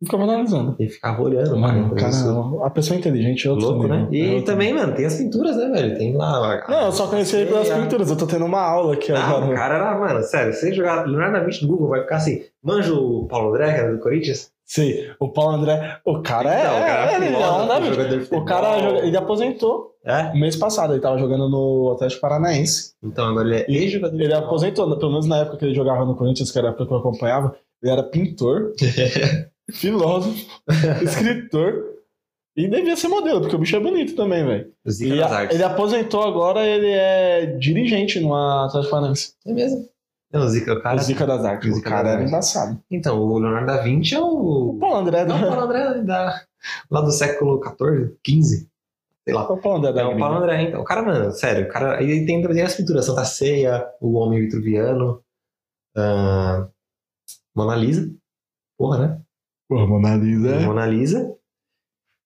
[SPEAKER 3] Ficava analisando.
[SPEAKER 2] Ele ficava olhando,
[SPEAKER 3] Mano,
[SPEAKER 2] cara, isso é
[SPEAKER 3] cara, a pessoa inteligente é outro
[SPEAKER 2] Louco,
[SPEAKER 3] nível.
[SPEAKER 2] né? E
[SPEAKER 3] É outro
[SPEAKER 2] também, mano, tem as pinturas, né, velho? Tem lá. a-
[SPEAKER 3] nível. Não, eu só conheci ele pelas
[SPEAKER 2] Sei, a-
[SPEAKER 3] pinturas. Eu tô tendo uma aula aqui
[SPEAKER 2] Não, o
[SPEAKER 3] agora.
[SPEAKER 2] cara era, mano, sério, se você jogar Leonardo da Vinci no Google, vai ficar assim, manja o Paulo André, que era do Corinthians?
[SPEAKER 3] Sim, o Paulo André. O cara é.
[SPEAKER 2] Então, o cara
[SPEAKER 3] é,
[SPEAKER 2] era
[SPEAKER 3] ele
[SPEAKER 2] filósofo,
[SPEAKER 3] é um navio.
[SPEAKER 2] jogador de futebol.
[SPEAKER 3] O cara joga- ele aposentou
[SPEAKER 2] É?
[SPEAKER 3] mês passado, ele tava jogando no Atlético Paranaense.
[SPEAKER 2] Então, agora ele é ex-jogador de
[SPEAKER 3] Ele
[SPEAKER 2] futebol.
[SPEAKER 3] aposentou, pelo menos na época que ele jogava no Corinthians, que era a época que eu acompanhava, ele era pintor, filósofo, escritor e devia ser modelo, porque o bicho é bonito também, velho.
[SPEAKER 2] Zica
[SPEAKER 3] E
[SPEAKER 2] nas
[SPEAKER 3] a-
[SPEAKER 2] artes.
[SPEAKER 3] Ele é aposentou agora, ele é dirigente no Atlético Paranaense.
[SPEAKER 2] É mesmo? Não, Zica, o cara...
[SPEAKER 3] O Zica das Artes, o
[SPEAKER 2] Zica
[SPEAKER 3] cara
[SPEAKER 2] das
[SPEAKER 3] era
[SPEAKER 2] Artes.
[SPEAKER 3] embaçado.
[SPEAKER 2] Então, o Leonardo da Vinci é o.
[SPEAKER 3] O Paulo André né?
[SPEAKER 2] Não, o
[SPEAKER 3] da...
[SPEAKER 2] Paulo André da, lá do século XIV, XV.
[SPEAKER 3] O Paulo André da
[SPEAKER 2] É o Paulo
[SPEAKER 3] gringa.
[SPEAKER 2] André, então. O cara, mano, sério, o cara. Aí tem também as pinturas, Santa Ceia, o Homem Vitruviano, ah, Mona Lisa. Porra, né?
[SPEAKER 3] Pô, Mona Lisa é-
[SPEAKER 2] Mona Lisa.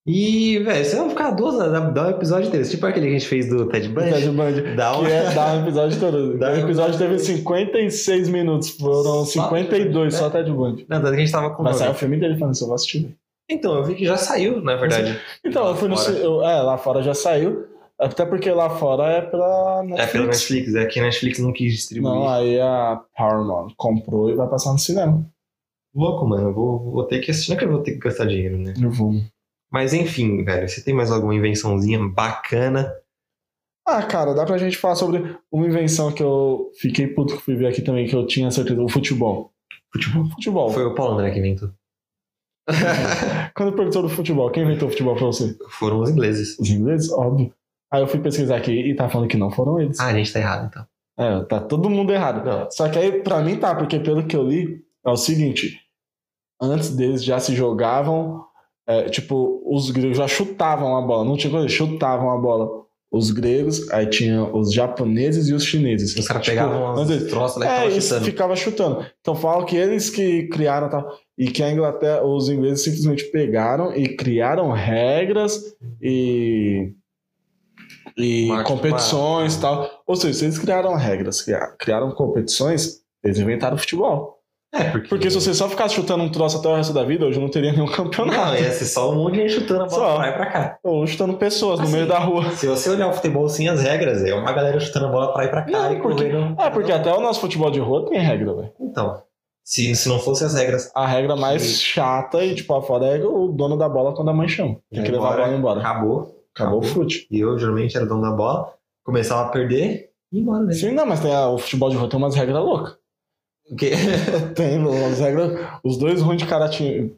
[SPEAKER 2] E, velho, você vai ficar duas, dá, dá um episódio desse. Tipo aquele que a gente fez do Ted Bundy.
[SPEAKER 3] Ted Bundy.
[SPEAKER 2] Dá um.
[SPEAKER 3] Que é, dá um episódio todo.
[SPEAKER 2] Dá um
[SPEAKER 3] o episódio teve 56 minutos, foram
[SPEAKER 2] Só
[SPEAKER 3] 52
[SPEAKER 2] Ted
[SPEAKER 3] só Ted Bundy.
[SPEAKER 2] Não, tanto que a gente tava com.
[SPEAKER 3] Mas saiu o
[SPEAKER 2] nome.
[SPEAKER 3] filme dele falando, isso eu vou assistir. velho.
[SPEAKER 2] Então, eu vi que já saiu, na verdade.
[SPEAKER 3] Então, eu fui no.
[SPEAKER 2] Fora.
[SPEAKER 3] ci- Eu, é, lá fora já saiu. Até porque lá fora é pela
[SPEAKER 2] É
[SPEAKER 3] Netflix.
[SPEAKER 2] pela Netflix, é que a Netflix não quis distribuir.
[SPEAKER 3] Não, aí a Paramount comprou e vai passar no cinema.
[SPEAKER 2] Louco, mano. eu Vou, vou ter que assistir. Não é que eu vou ter que gastar dinheiro, né?
[SPEAKER 3] Eu vou.
[SPEAKER 2] Mas enfim, velho, você tem mais alguma invençãozinha bacana?
[SPEAKER 3] Ah, cara, dá pra gente falar sobre uma invenção que eu fiquei puto que fui ver aqui também, que eu tinha certeza, o futebol.
[SPEAKER 2] Futebol.
[SPEAKER 3] Futebol.
[SPEAKER 2] Foi o Paulo André que inventou.
[SPEAKER 3] Quando perguntou do futebol, quem inventou o futebol pra você?
[SPEAKER 2] Foram os ingleses.
[SPEAKER 3] Os ingleses? Óbvio. Aí eu fui pesquisar aqui e tá falando que não foram eles.
[SPEAKER 2] Ah, a gente tá errado então.
[SPEAKER 3] É, tá todo mundo errado.
[SPEAKER 2] Não.
[SPEAKER 3] Só que aí, pra mim, tá, porque pelo que eu li, é o seguinte: antes deles já se jogavam, é, tipo, os gregos já chutavam a bola, não tinha coisa, chutavam a bola. Os gregos, aí tinha os japoneses e os chineses.
[SPEAKER 2] Os caras
[SPEAKER 3] Tipo,
[SPEAKER 2] pegavam
[SPEAKER 3] antes
[SPEAKER 2] os
[SPEAKER 3] deles-
[SPEAKER 2] troços lá
[SPEAKER 3] é,
[SPEAKER 2] e ficavam
[SPEAKER 3] isso
[SPEAKER 2] chutando.
[SPEAKER 3] ficava chutando. Então falam que eles que criaram tal. E que a Inglaterra, os ingleses simplesmente pegaram e criaram regras e. e
[SPEAKER 2] Uma-
[SPEAKER 3] competições e
[SPEAKER 2] uma-
[SPEAKER 3] tal. Ou seja, se eles criaram regras, cria- criaram competições, eles inventaram futebol.
[SPEAKER 2] É, porque,
[SPEAKER 3] Porque se você só ficasse chutando um troço até o resto da vida, hoje não teria nenhum campeonato.
[SPEAKER 2] Não, ia ser só um monte de gente chutando a bola
[SPEAKER 3] Só.
[SPEAKER 2] pra lá e pra cá.
[SPEAKER 3] Ou chutando pessoas no
[SPEAKER 2] Assim.
[SPEAKER 3] meio da rua.
[SPEAKER 2] Se você olhar o futebol sem as regras, é uma galera chutando a bola pra lá e pra cá
[SPEAKER 3] Não,
[SPEAKER 2] e
[SPEAKER 3] porque-
[SPEAKER 2] correndo.
[SPEAKER 3] É, porque até o nosso futebol de rua tem regra, velho.
[SPEAKER 2] Então, se, se não fossem as regras,
[SPEAKER 3] A regra mais
[SPEAKER 2] Sim.
[SPEAKER 3] chata e, tipo, a foda é o dono da bola quando a mãe chama. Tem
[SPEAKER 2] Vai
[SPEAKER 3] que levar a
[SPEAKER 2] embora.
[SPEAKER 3] bola embora.
[SPEAKER 2] acabou.
[SPEAKER 3] Acabou o fute.
[SPEAKER 2] E eu geralmente era dono da bola, começava a perder e ia embora, né? velho.
[SPEAKER 3] Sim, não, mas tem a- o futebol de rua tem umas regras loucas.
[SPEAKER 2] Porque-
[SPEAKER 3] Tem umas regras. Os dois ruins de cada time.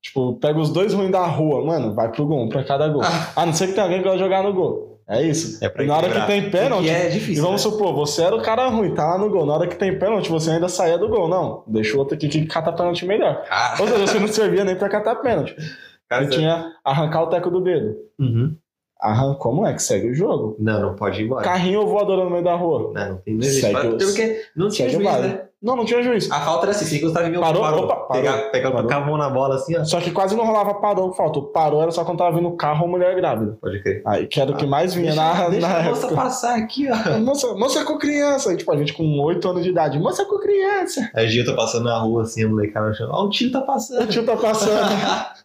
[SPEAKER 3] Tipo, pega os dois ruins da rua, mano, vai pro gol, um pra cada gol.
[SPEAKER 2] Ah.
[SPEAKER 3] A não ser que tenha alguém que vai jogar no gol. É isso.
[SPEAKER 2] É pra
[SPEAKER 3] e na hora que
[SPEAKER 2] equilibrar.
[SPEAKER 3] tem pênalti.
[SPEAKER 2] E é
[SPEAKER 3] E
[SPEAKER 2] difícil.
[SPEAKER 3] vamos
[SPEAKER 2] né?
[SPEAKER 3] supor, você era o cara ruim, tá lá no gol. Na hora que tem pênalti, você ainda saía do gol. Não, deixa o outro aqui que cata pênalti melhor.
[SPEAKER 2] Cara,
[SPEAKER 3] Ou seja, você não servia nem pra catar pênalti.
[SPEAKER 2] Ah, cara,
[SPEAKER 3] Ele tinha arrancar o teco do dedo.
[SPEAKER 2] Uhum.
[SPEAKER 3] Arrancou, moleque, segue o jogo.
[SPEAKER 2] Não, não pode ir embora.
[SPEAKER 3] Carrinho voador no meio da rua.
[SPEAKER 2] Não, não tem não existe.
[SPEAKER 3] Segue
[SPEAKER 2] Mas-
[SPEAKER 3] o-
[SPEAKER 2] Porque não tinha
[SPEAKER 3] segue o
[SPEAKER 2] juiz,
[SPEAKER 3] baile.
[SPEAKER 2] né?
[SPEAKER 3] Não, não tinha juiz.
[SPEAKER 2] A falta era assim, se gostava de mim, eu
[SPEAKER 3] Parou,
[SPEAKER 2] parou.
[SPEAKER 3] opa, parou,
[SPEAKER 2] Pegar, pegar,
[SPEAKER 3] parou.
[SPEAKER 2] tocar a mão na bola assim, ó.
[SPEAKER 3] Só que quase não rolava parou, faltou. Parou era só quando tava vindo carro ou mulher grávida.
[SPEAKER 2] Pode crer.
[SPEAKER 3] Aí, que era o que mais vinha na,
[SPEAKER 2] deixa
[SPEAKER 3] na
[SPEAKER 2] a moça
[SPEAKER 3] época.
[SPEAKER 2] passar aqui, ó.
[SPEAKER 3] Moça, moça com criança. Aí, tipo, a gente com 8 anos de idade. Moça com criança.
[SPEAKER 2] Aí o Gil tá passando na rua assim, a molecada achando, ó, o tio tá
[SPEAKER 3] O
[SPEAKER 2] passando.
[SPEAKER 3] tio tá passando.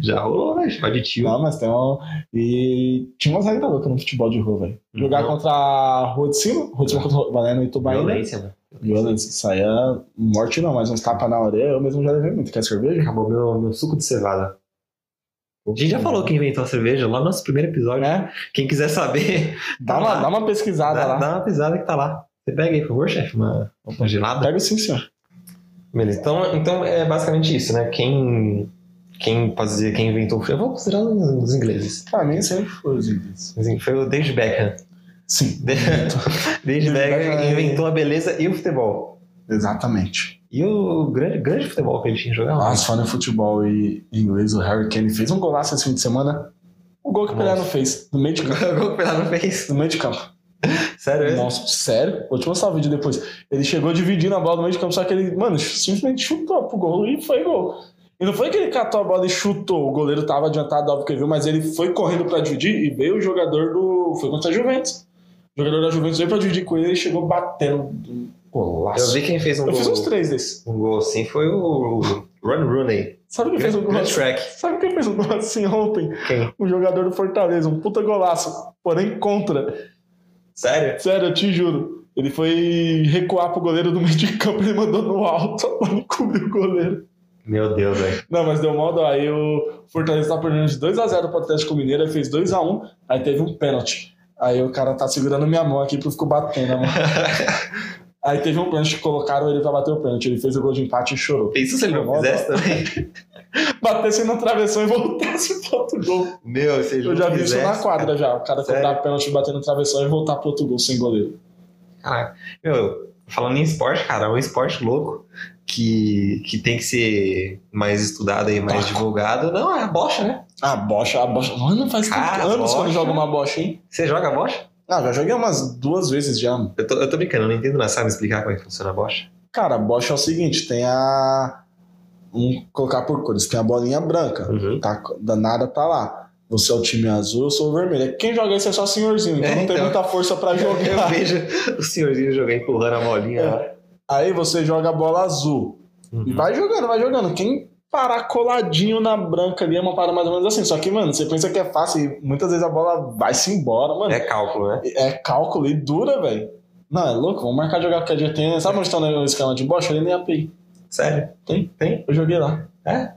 [SPEAKER 2] Já rolou, né? Chamar de tio.
[SPEAKER 3] Não, mas tem um... E tinha umas regras loucas no futebol de rua, velho. Jogar contra a rua de cima, rua de cima contra o Valendo e Tubaína.
[SPEAKER 2] Violência, mano.
[SPEAKER 3] né? Violência. Saia morte não, mas uns tapas na orelha, eu mesmo já levei muito. Quer cerveja?
[SPEAKER 2] Acabou meu, meu suco de cevada. A gente já falou quem inventou a cerveja lá no nosso primeiro episódio.
[SPEAKER 3] Né?
[SPEAKER 2] Quem quiser saber,
[SPEAKER 3] Dá uma, dá uma pesquisada
[SPEAKER 2] dá,
[SPEAKER 3] Ah, lá.
[SPEAKER 2] dá uma pisada que tá lá. Você pega aí, por favor, chefe, uma, uma gelada.
[SPEAKER 3] Pega sim, senhor.
[SPEAKER 2] Beleza, então, então é basicamente isso, né? Quem, quem fazia, quem inventou o futebol, eu vou considerar os, os ingleses.
[SPEAKER 3] Pra mim sempre foi os ingleses.
[SPEAKER 2] Assim, Foi o David Beckham.
[SPEAKER 3] Sim,
[SPEAKER 2] De- David Beckham
[SPEAKER 3] Beckham. é
[SPEAKER 2] inventou a beleza e o futebol.
[SPEAKER 3] exatamente.
[SPEAKER 2] E o grande, grande futebol que ele tinha jogado.
[SPEAKER 3] Nossa, falando em futebol e inglês, o Harry Kane fez um golaço esse fim de semana. O gol que o Pelé não fez, no meio de campo.
[SPEAKER 2] O gol que o Pelé não fez.
[SPEAKER 3] No meio de campo.
[SPEAKER 2] Sério? mesmo?
[SPEAKER 3] Nossa, sério? Vou te mostrar o vídeo depois. Ele chegou dividindo a bola no meio de campo, só que ele, mano, simplesmente chutou pro gol e foi gol. E não foi que ele catou a bola e chutou, o goleiro tava adiantado, óbvio que ele viu, mas ele foi correndo pra dividir e veio o jogador do. Foi contra a Juventus. O jogador da Juventus veio pra dividir com ele e chegou batendo. um
[SPEAKER 2] Eu
[SPEAKER 3] Golaço.
[SPEAKER 2] vi quem fez um
[SPEAKER 3] Eu fiz uns
[SPEAKER 2] gol.
[SPEAKER 3] três desses.
[SPEAKER 2] Um gol assim foi o Ron Rooney.
[SPEAKER 3] Sabe quem fez um
[SPEAKER 2] Grande, grande
[SPEAKER 3] golaço?
[SPEAKER 2] track.
[SPEAKER 3] Sabe quem fez um golaço assim ontem?
[SPEAKER 2] Quem?
[SPEAKER 3] Um jogador do Fortaleza, um puta golaço, porém contra.
[SPEAKER 2] Sério?
[SPEAKER 3] Sério, eu te juro. Ele foi recuar pro goleiro do meio de campo, ele mandou no alto, mano, cobriu o goleiro.
[SPEAKER 2] Meu Deus, velho.
[SPEAKER 3] Não, mas deu mal, aí o Fortaleza tá perdendo de 2x0 pro Atlético Mineiro, aí fez 2x1, aí teve um pênalti. Aí o cara tá segurando minha mão aqui porque eu fico batendo a mão. Aí teve um pênalti que colocaram ele pra bater o pênalti, ele fez o gol de empate e chorou.
[SPEAKER 2] Pensa se ele não fizesse também.
[SPEAKER 3] Batesse na travessão e voltasse pro outro gol.
[SPEAKER 2] Meu, se ele
[SPEAKER 3] Eu já
[SPEAKER 2] não
[SPEAKER 3] vi isso na
[SPEAKER 2] fizesse.
[SPEAKER 3] quadra já, o cara
[SPEAKER 2] Sério?
[SPEAKER 3] cobrar pênalti, bater na travessão e voltar pro outro gol sem goleiro.
[SPEAKER 2] Caraca. Ah, Meu, falando em esporte, cara, é um esporte louco que, que tem que ser mais estudado e mais
[SPEAKER 3] Taco.
[SPEAKER 2] divulgado. Não, é a bocha, né?
[SPEAKER 3] A bocha, a bocha. Mano, faz tanto
[SPEAKER 2] Ah,
[SPEAKER 3] anos que eu
[SPEAKER 2] bocha.
[SPEAKER 3] não jogo uma bocha, hein?
[SPEAKER 2] Você joga a bocha?
[SPEAKER 3] Ah, já joguei umas duas vezes já.
[SPEAKER 2] Eu tô, eu tô brincando, eu não entendo nada. Sabe me explicar como é que funciona a bocha?
[SPEAKER 3] Cara, a bocha é o seguinte, tem a... Vamos colocar por cores. Tem a bolinha branca.
[SPEAKER 2] Uhum.
[SPEAKER 3] Tá, danada tá lá. Você é o time azul, eu sou o vermelho. Quem joga isso é só senhorzinho, então
[SPEAKER 2] É,
[SPEAKER 3] não tem
[SPEAKER 2] então.
[SPEAKER 3] muita força pra
[SPEAKER 2] Eu
[SPEAKER 3] jogar.
[SPEAKER 2] vejo o senhorzinho jogar empurrando a bolinha. lá.
[SPEAKER 3] Aí você joga a bola azul. E
[SPEAKER 2] Uhum.
[SPEAKER 3] vai jogando, vai jogando. Quem parar coladinho na branca ali é uma parada mais ou menos assim. Só que, mano, você pensa que é fácil e muitas vezes a bola vai-se embora, mano.
[SPEAKER 2] É cálculo, né?
[SPEAKER 3] É cálculo e dura, velho. Não, é louco, vamos marcar de jogar porque a gente tem. Sabe onde está o esquema de bocha? Ali nem API.
[SPEAKER 2] Sério?
[SPEAKER 3] Tem?
[SPEAKER 2] Tem?
[SPEAKER 3] Eu joguei lá.
[SPEAKER 2] É.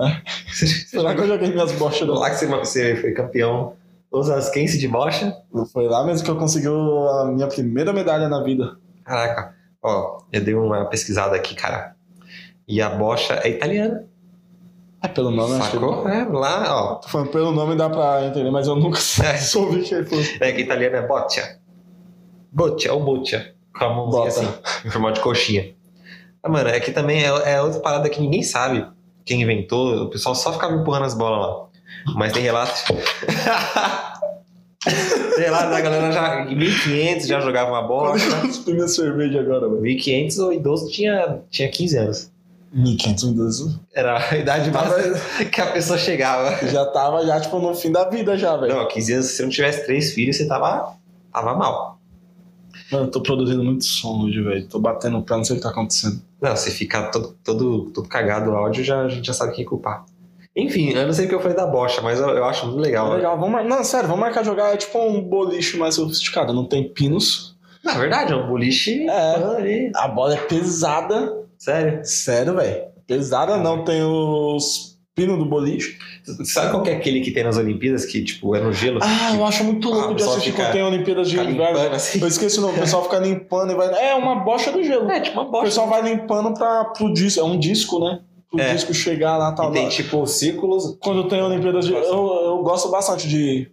[SPEAKER 2] Você, você
[SPEAKER 3] Será que eu joguei minhas bochas né?
[SPEAKER 2] jogou
[SPEAKER 3] lá?
[SPEAKER 2] lá que você, você foi campeão osasquense de bocha?
[SPEAKER 3] Foi lá mesmo que eu consegui a minha primeira medalha na vida.
[SPEAKER 2] Caraca. Ó, eu dei uma pesquisada aqui, cara. E a bocha é italiana.
[SPEAKER 3] É pelo nome, acho que.
[SPEAKER 2] Sacou? É, lá, ó.
[SPEAKER 3] Tô falando, pelo nome dá pra entender, mas eu nunca soube que foi.
[SPEAKER 2] É que italiano é boccia. Boccia, ou boccia. Com a mãozinha
[SPEAKER 3] Bota.
[SPEAKER 2] assim, em formato de coxinha. Ah, mano, é que também é, é outra parada que ninguém sabe quem inventou. O pessoal só ficava empurrando as bolas lá. Mas tem relatos... tem relatos da galera já... Em 1500 já jogava uma bola.
[SPEAKER 3] Cuspi minha cerveja agora, velho.
[SPEAKER 2] 1500 o idoso tinha, tinha 15 anos.
[SPEAKER 3] 1500 minutos.
[SPEAKER 2] Era a idade máxima que a pessoa chegava.
[SPEAKER 3] Já tava, já, tipo, no fim da vida já, velho.
[SPEAKER 2] Não, 15 anos, se você não tivesse três filhos, você tava, tava mal.
[SPEAKER 3] Mano, eu tô produzindo muito som hoje, velho. Tô batendo o pé, não sei o que tá acontecendo.
[SPEAKER 2] Não, se ficar todo, todo, todo cagado o áudio, já, a gente já sabe quem culpar. Enfim, eu não sei o que eu falei da bocha, mas eu, eu acho muito legal. né?
[SPEAKER 3] Tá Legal, vamos mar... Não, sério, vamos marcar jogar é tipo um boliche mais sofisticado. Não tem pinos.
[SPEAKER 2] Na verdade, é um boliche.
[SPEAKER 3] É.
[SPEAKER 2] falando ali.
[SPEAKER 3] A bola é pesada.
[SPEAKER 2] Sério.
[SPEAKER 3] Sério, velho. Pesada não, tem os pinos do boliche.
[SPEAKER 2] Sabe qual que é aquele que tem nas Olimpíadas que, tipo, é no gelo?
[SPEAKER 3] Ah,
[SPEAKER 2] que
[SPEAKER 3] eu acho muito louco
[SPEAKER 2] Ah, o
[SPEAKER 3] de
[SPEAKER 2] pessoal
[SPEAKER 3] assistir
[SPEAKER 2] fica-
[SPEAKER 3] quando tem Olimpíadas de
[SPEAKER 2] fica
[SPEAKER 3] Inverno.
[SPEAKER 2] limpando assim.
[SPEAKER 3] Eu esqueci o nome, o pessoal fica limpando e vai. É uma bocha do gelo.
[SPEAKER 2] É, tipo uma
[SPEAKER 3] O
[SPEAKER 2] bocha.
[SPEAKER 3] pessoal vai limpando pra, pro disco. É um disco, né? Pro
[SPEAKER 2] É.
[SPEAKER 3] disco chegar lá tal.
[SPEAKER 2] E tem,
[SPEAKER 3] lá.
[SPEAKER 2] tipo, círculos. Tipo assim.
[SPEAKER 3] Quando tem Olimpíadas de. Eu, eu gosto bastante de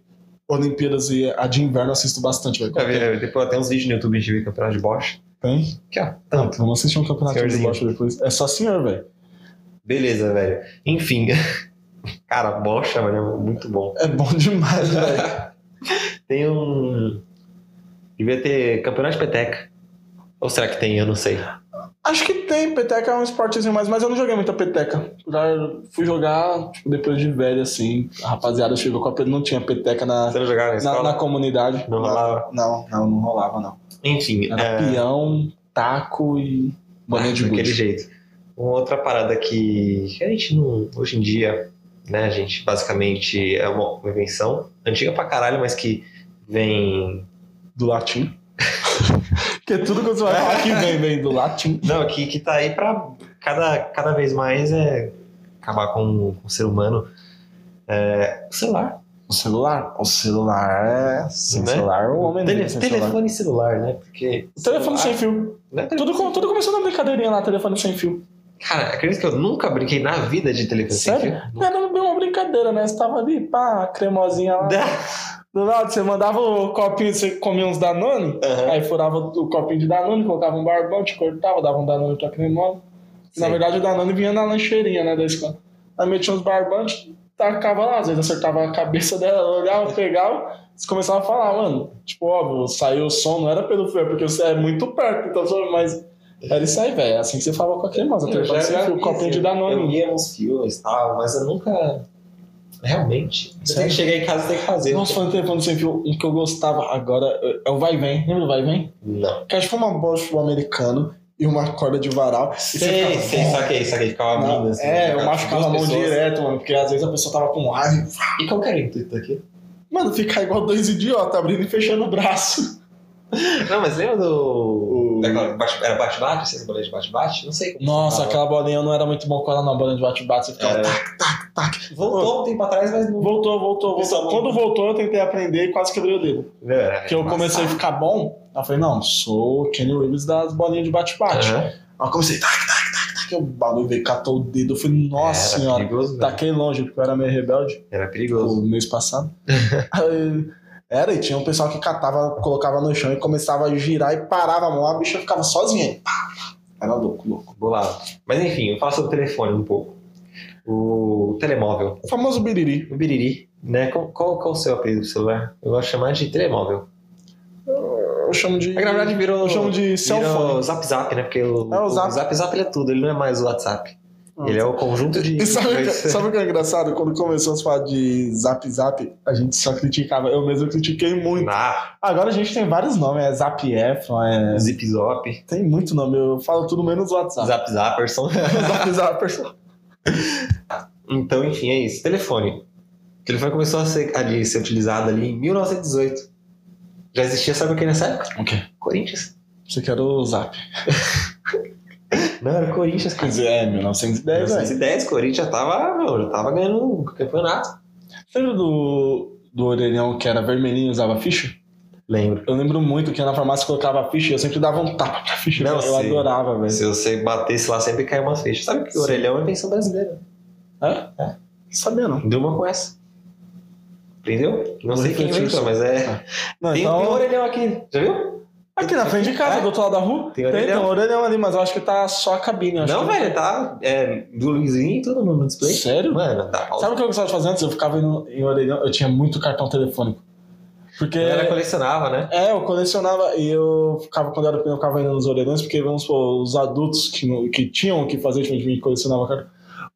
[SPEAKER 3] Olimpíadas e a de inverno eu assisto bastante, velho.
[SPEAKER 2] Quer ver? né? Depois tem uns vídeos no YouTube de campeonato de bocha.
[SPEAKER 3] Tem?
[SPEAKER 2] Aqui, ó.
[SPEAKER 3] Tanto. Vamos assistir um campeonato de
[SPEAKER 2] Senhorzinho.
[SPEAKER 3] bocha depois. É só senhor, velho.
[SPEAKER 2] Beleza, velho. Enfim. Cara, bocha, mano, é muito bom.
[SPEAKER 3] É bom demais, velho.
[SPEAKER 2] Tem um. Devia ter campeonato de peteca. Ou será que tem? Eu não sei.
[SPEAKER 3] Acho que tem, peteca é um esportezinho mais, mas eu não joguei muita peteca. Já fui jogar, tipo, depois de velho, assim. A rapaziada chegou com a peteca, não tinha peteca na,
[SPEAKER 2] Você não jogava na
[SPEAKER 3] na,
[SPEAKER 2] escola?
[SPEAKER 3] na comunidade.
[SPEAKER 2] Não rolava?
[SPEAKER 3] Não, não, não rolava, não.
[SPEAKER 2] Enfim,
[SPEAKER 3] Era
[SPEAKER 2] é,
[SPEAKER 3] peão, taco e bolinha de
[SPEAKER 2] daquele
[SPEAKER 3] gude.
[SPEAKER 2] jeito. Uma outra parada que que a gente não, hoje em dia né? A gente basicamente é uma invenção antiga pra caralho, mas que vem.
[SPEAKER 3] Do latim. Porque tudo que você vai falar que vem, vem do latim.
[SPEAKER 2] Não, que, que tá aí pra cada, cada vez mais é acabar com, com o ser humano. É, o celular.
[SPEAKER 3] O celular. O celular é. Sem
[SPEAKER 2] Né?
[SPEAKER 3] celular, o homem não
[SPEAKER 2] Tele-
[SPEAKER 3] vive sem é celular.
[SPEAKER 2] telefone e celular, né? Porque.
[SPEAKER 3] O Telefone sem fio.
[SPEAKER 2] né?
[SPEAKER 3] Tudo, com- tudo começou na brincadeirinha lá, telefone sem fio.
[SPEAKER 2] Cara, acredito que eu nunca brinquei na vida de telefone sem
[SPEAKER 3] Sério?
[SPEAKER 2] fio. Nunca.
[SPEAKER 3] Era uma brincadeira, né? Você tava ali, pá, cremosinha lá. Do lado, você mandava o copinho, você comia uns Danone,
[SPEAKER 2] Aham.
[SPEAKER 3] aí furava o copinho de Danone, colocava um barbão, te cortava, dava um Danone pra cremosa. Na
[SPEAKER 2] Sim.
[SPEAKER 3] verdade, o Danone vinha na lancheirinha, né, da escola. Aí metia uns barbantes, tacava lá, às vezes acertava a cabeça dela, olhava, pegava, eles começavam a falar, mano, tipo, óbvio, saiu o som, não era pelo fio, é porque você é muito perto, então, só- mas era isso aí, velho, é assim que você falava com a cremosa,
[SPEAKER 2] Eu já
[SPEAKER 3] telefone,
[SPEAKER 2] vi,
[SPEAKER 3] o copinho de
[SPEAKER 2] assim, Eu
[SPEAKER 3] Danone.
[SPEAKER 2] via uns filmes e tal, mas eu nunca. Realmente. Você tem
[SPEAKER 3] Sério?
[SPEAKER 2] que chegar em casa e tem que fazer.
[SPEAKER 3] Nossa, foi um telefone sem fio, um que eu gostava agora, é o Vai Vem, lembra o Vai Vem?
[SPEAKER 2] Não.
[SPEAKER 3] Que acho que foi uma bola de futebol americano e uma corda de varal. E
[SPEAKER 2] Sei,
[SPEAKER 3] ficava-
[SPEAKER 2] sei, saquei, saquei. Ficava
[SPEAKER 3] Não,
[SPEAKER 2] abrindo assim.
[SPEAKER 3] é, eu
[SPEAKER 2] ficava
[SPEAKER 3] machucava a
[SPEAKER 2] duas
[SPEAKER 3] mão
[SPEAKER 2] pessoas.
[SPEAKER 3] direto, mano, porque às vezes a pessoa tava com raiva.
[SPEAKER 2] E qual que era o intuito daqui?
[SPEAKER 3] Mano, ficar igual dois idiotas, abrindo e fechando o braço.
[SPEAKER 2] Não, mas lembra do.
[SPEAKER 3] O-
[SPEAKER 2] daquela é bate- Era bate-bate? Vocês bolas de bate-bate? Não sei. como
[SPEAKER 3] Nossa,
[SPEAKER 2] chamava.
[SPEAKER 3] aquela bolinha eu não era muito bom com ela na bola de bate-bate. Você ficava, tac, tac, tac.
[SPEAKER 2] Voltou um tempo atrás, mas não.
[SPEAKER 3] É. Voltou, voltou,
[SPEAKER 2] Pessoal, É,
[SPEAKER 3] voltou. Quando voltou, eu tentei aprender e quase quebrei o dedo. Porque eu comecei a ficar bom. Aí eu falei, não, sou o Kenny Reeves das bolinhas de bate-bate.
[SPEAKER 2] Aham.
[SPEAKER 3] Aí eu comecei, tac, tac, tac, tac. O bagulho veio, catou o dedo. Eu falei, nossa
[SPEAKER 2] era
[SPEAKER 3] senhora.
[SPEAKER 2] Perigoso, velho.
[SPEAKER 3] Taquei longe, porque eu era meio rebelde.
[SPEAKER 2] Era
[SPEAKER 3] o
[SPEAKER 2] perigoso.
[SPEAKER 3] mês passado. Aí, era, e tinha um pessoal que catava, colocava no chão e começava a girar e parava a mão, a bicha ficava sozinha. Pá, pá. Era louco, louco.
[SPEAKER 2] Bolado. Mas enfim, eu falo sobre o telefone um pouco. O telemóvel.
[SPEAKER 3] O famoso biriri.
[SPEAKER 2] O Biriri, né? Qual, qual, qual o seu apelido do celular? Eu gosto de chamar de telemóvel.
[SPEAKER 3] Eu chamo de.
[SPEAKER 2] É que na verdade virou.
[SPEAKER 3] eu chamo de cell phone.
[SPEAKER 2] virou Zap Zap, né? Porque o,
[SPEAKER 3] É, o
[SPEAKER 2] o
[SPEAKER 3] Zap.
[SPEAKER 2] Zap Zap, ele é tudo, ele não é mais o WhatsApp.
[SPEAKER 3] Ah.
[SPEAKER 2] Ele é o conjunto de.
[SPEAKER 3] E sabe, o que-
[SPEAKER 2] coisas.
[SPEAKER 3] sabe o que é engraçado? Quando começou a se falar de zap zap, a gente só criticava. Eu mesmo critiquei muito.
[SPEAKER 2] Ah,
[SPEAKER 3] Agora a gente tem vários nomes, é zap Efron, é...
[SPEAKER 2] Zip Zop,
[SPEAKER 3] tem muito nome. Eu falo tudo menos WhatsApp.
[SPEAKER 2] Zap Zapperson.
[SPEAKER 3] zap zap.
[SPEAKER 2] então, enfim, é isso. Telefone. O telefone começou a ser, ali, ser utilizado ali em 1918. Já existia, sabe o que nessa época?
[SPEAKER 3] O quê?
[SPEAKER 2] Corinthians.
[SPEAKER 3] Você quer o zap?
[SPEAKER 2] Não, era Corinthians,
[SPEAKER 3] Quer
[SPEAKER 2] cara.
[SPEAKER 3] dizer, é 1910, velho.
[SPEAKER 2] 1910, Corinthians já tava, meu, já tava ganhando o campeonato.
[SPEAKER 3] Lembra do, do orelhão que era vermelhinho e usava ficha?
[SPEAKER 2] Lembro.
[SPEAKER 3] Eu lembro muito que na farmácia colocava ficha e eu sempre dava um tapa pra ficha.
[SPEAKER 2] Não,
[SPEAKER 3] eu
[SPEAKER 2] sim.
[SPEAKER 3] adorava, velho.
[SPEAKER 2] Se você batesse lá, sempre caiu uma ficha. Sabe que
[SPEAKER 3] Sim.
[SPEAKER 2] orelhão é invenção brasileira?
[SPEAKER 3] Hã?
[SPEAKER 2] É.
[SPEAKER 3] Sabia não.
[SPEAKER 2] Deu uma com essa. Entendeu? Não
[SPEAKER 3] Vou
[SPEAKER 2] sei quem
[SPEAKER 3] refletir
[SPEAKER 2] inventou,
[SPEAKER 3] sobre-
[SPEAKER 2] mas é.
[SPEAKER 3] Não,
[SPEAKER 2] Tem, tem um
[SPEAKER 3] então,
[SPEAKER 2] orelhão aqui, já viu?
[SPEAKER 3] aqui na frente de casa,
[SPEAKER 2] É?
[SPEAKER 3] do outro lado da rua, tem,
[SPEAKER 2] Tem
[SPEAKER 3] tem
[SPEAKER 2] orelhão.
[SPEAKER 3] um orelhão ali, mas eu acho que tá só a cabine. eu acho
[SPEAKER 2] Não,
[SPEAKER 3] que-
[SPEAKER 2] velho, tá. É, do Luizinho e tudo no display.
[SPEAKER 3] Sério?
[SPEAKER 2] Mano, tá.
[SPEAKER 3] Sabe o que eu gostava de fazer antes? Eu ficava indo em orelhão, eu tinha muito cartão telefônico. Porque...
[SPEAKER 2] A galera colecionava, né?
[SPEAKER 3] É, eu colecionava e eu ficava, quando eu era pequeno, eu ficava indo nos orelhões, porque vamos supor, os adultos que, não- que tinham o que fazer de mim colecionava cartão,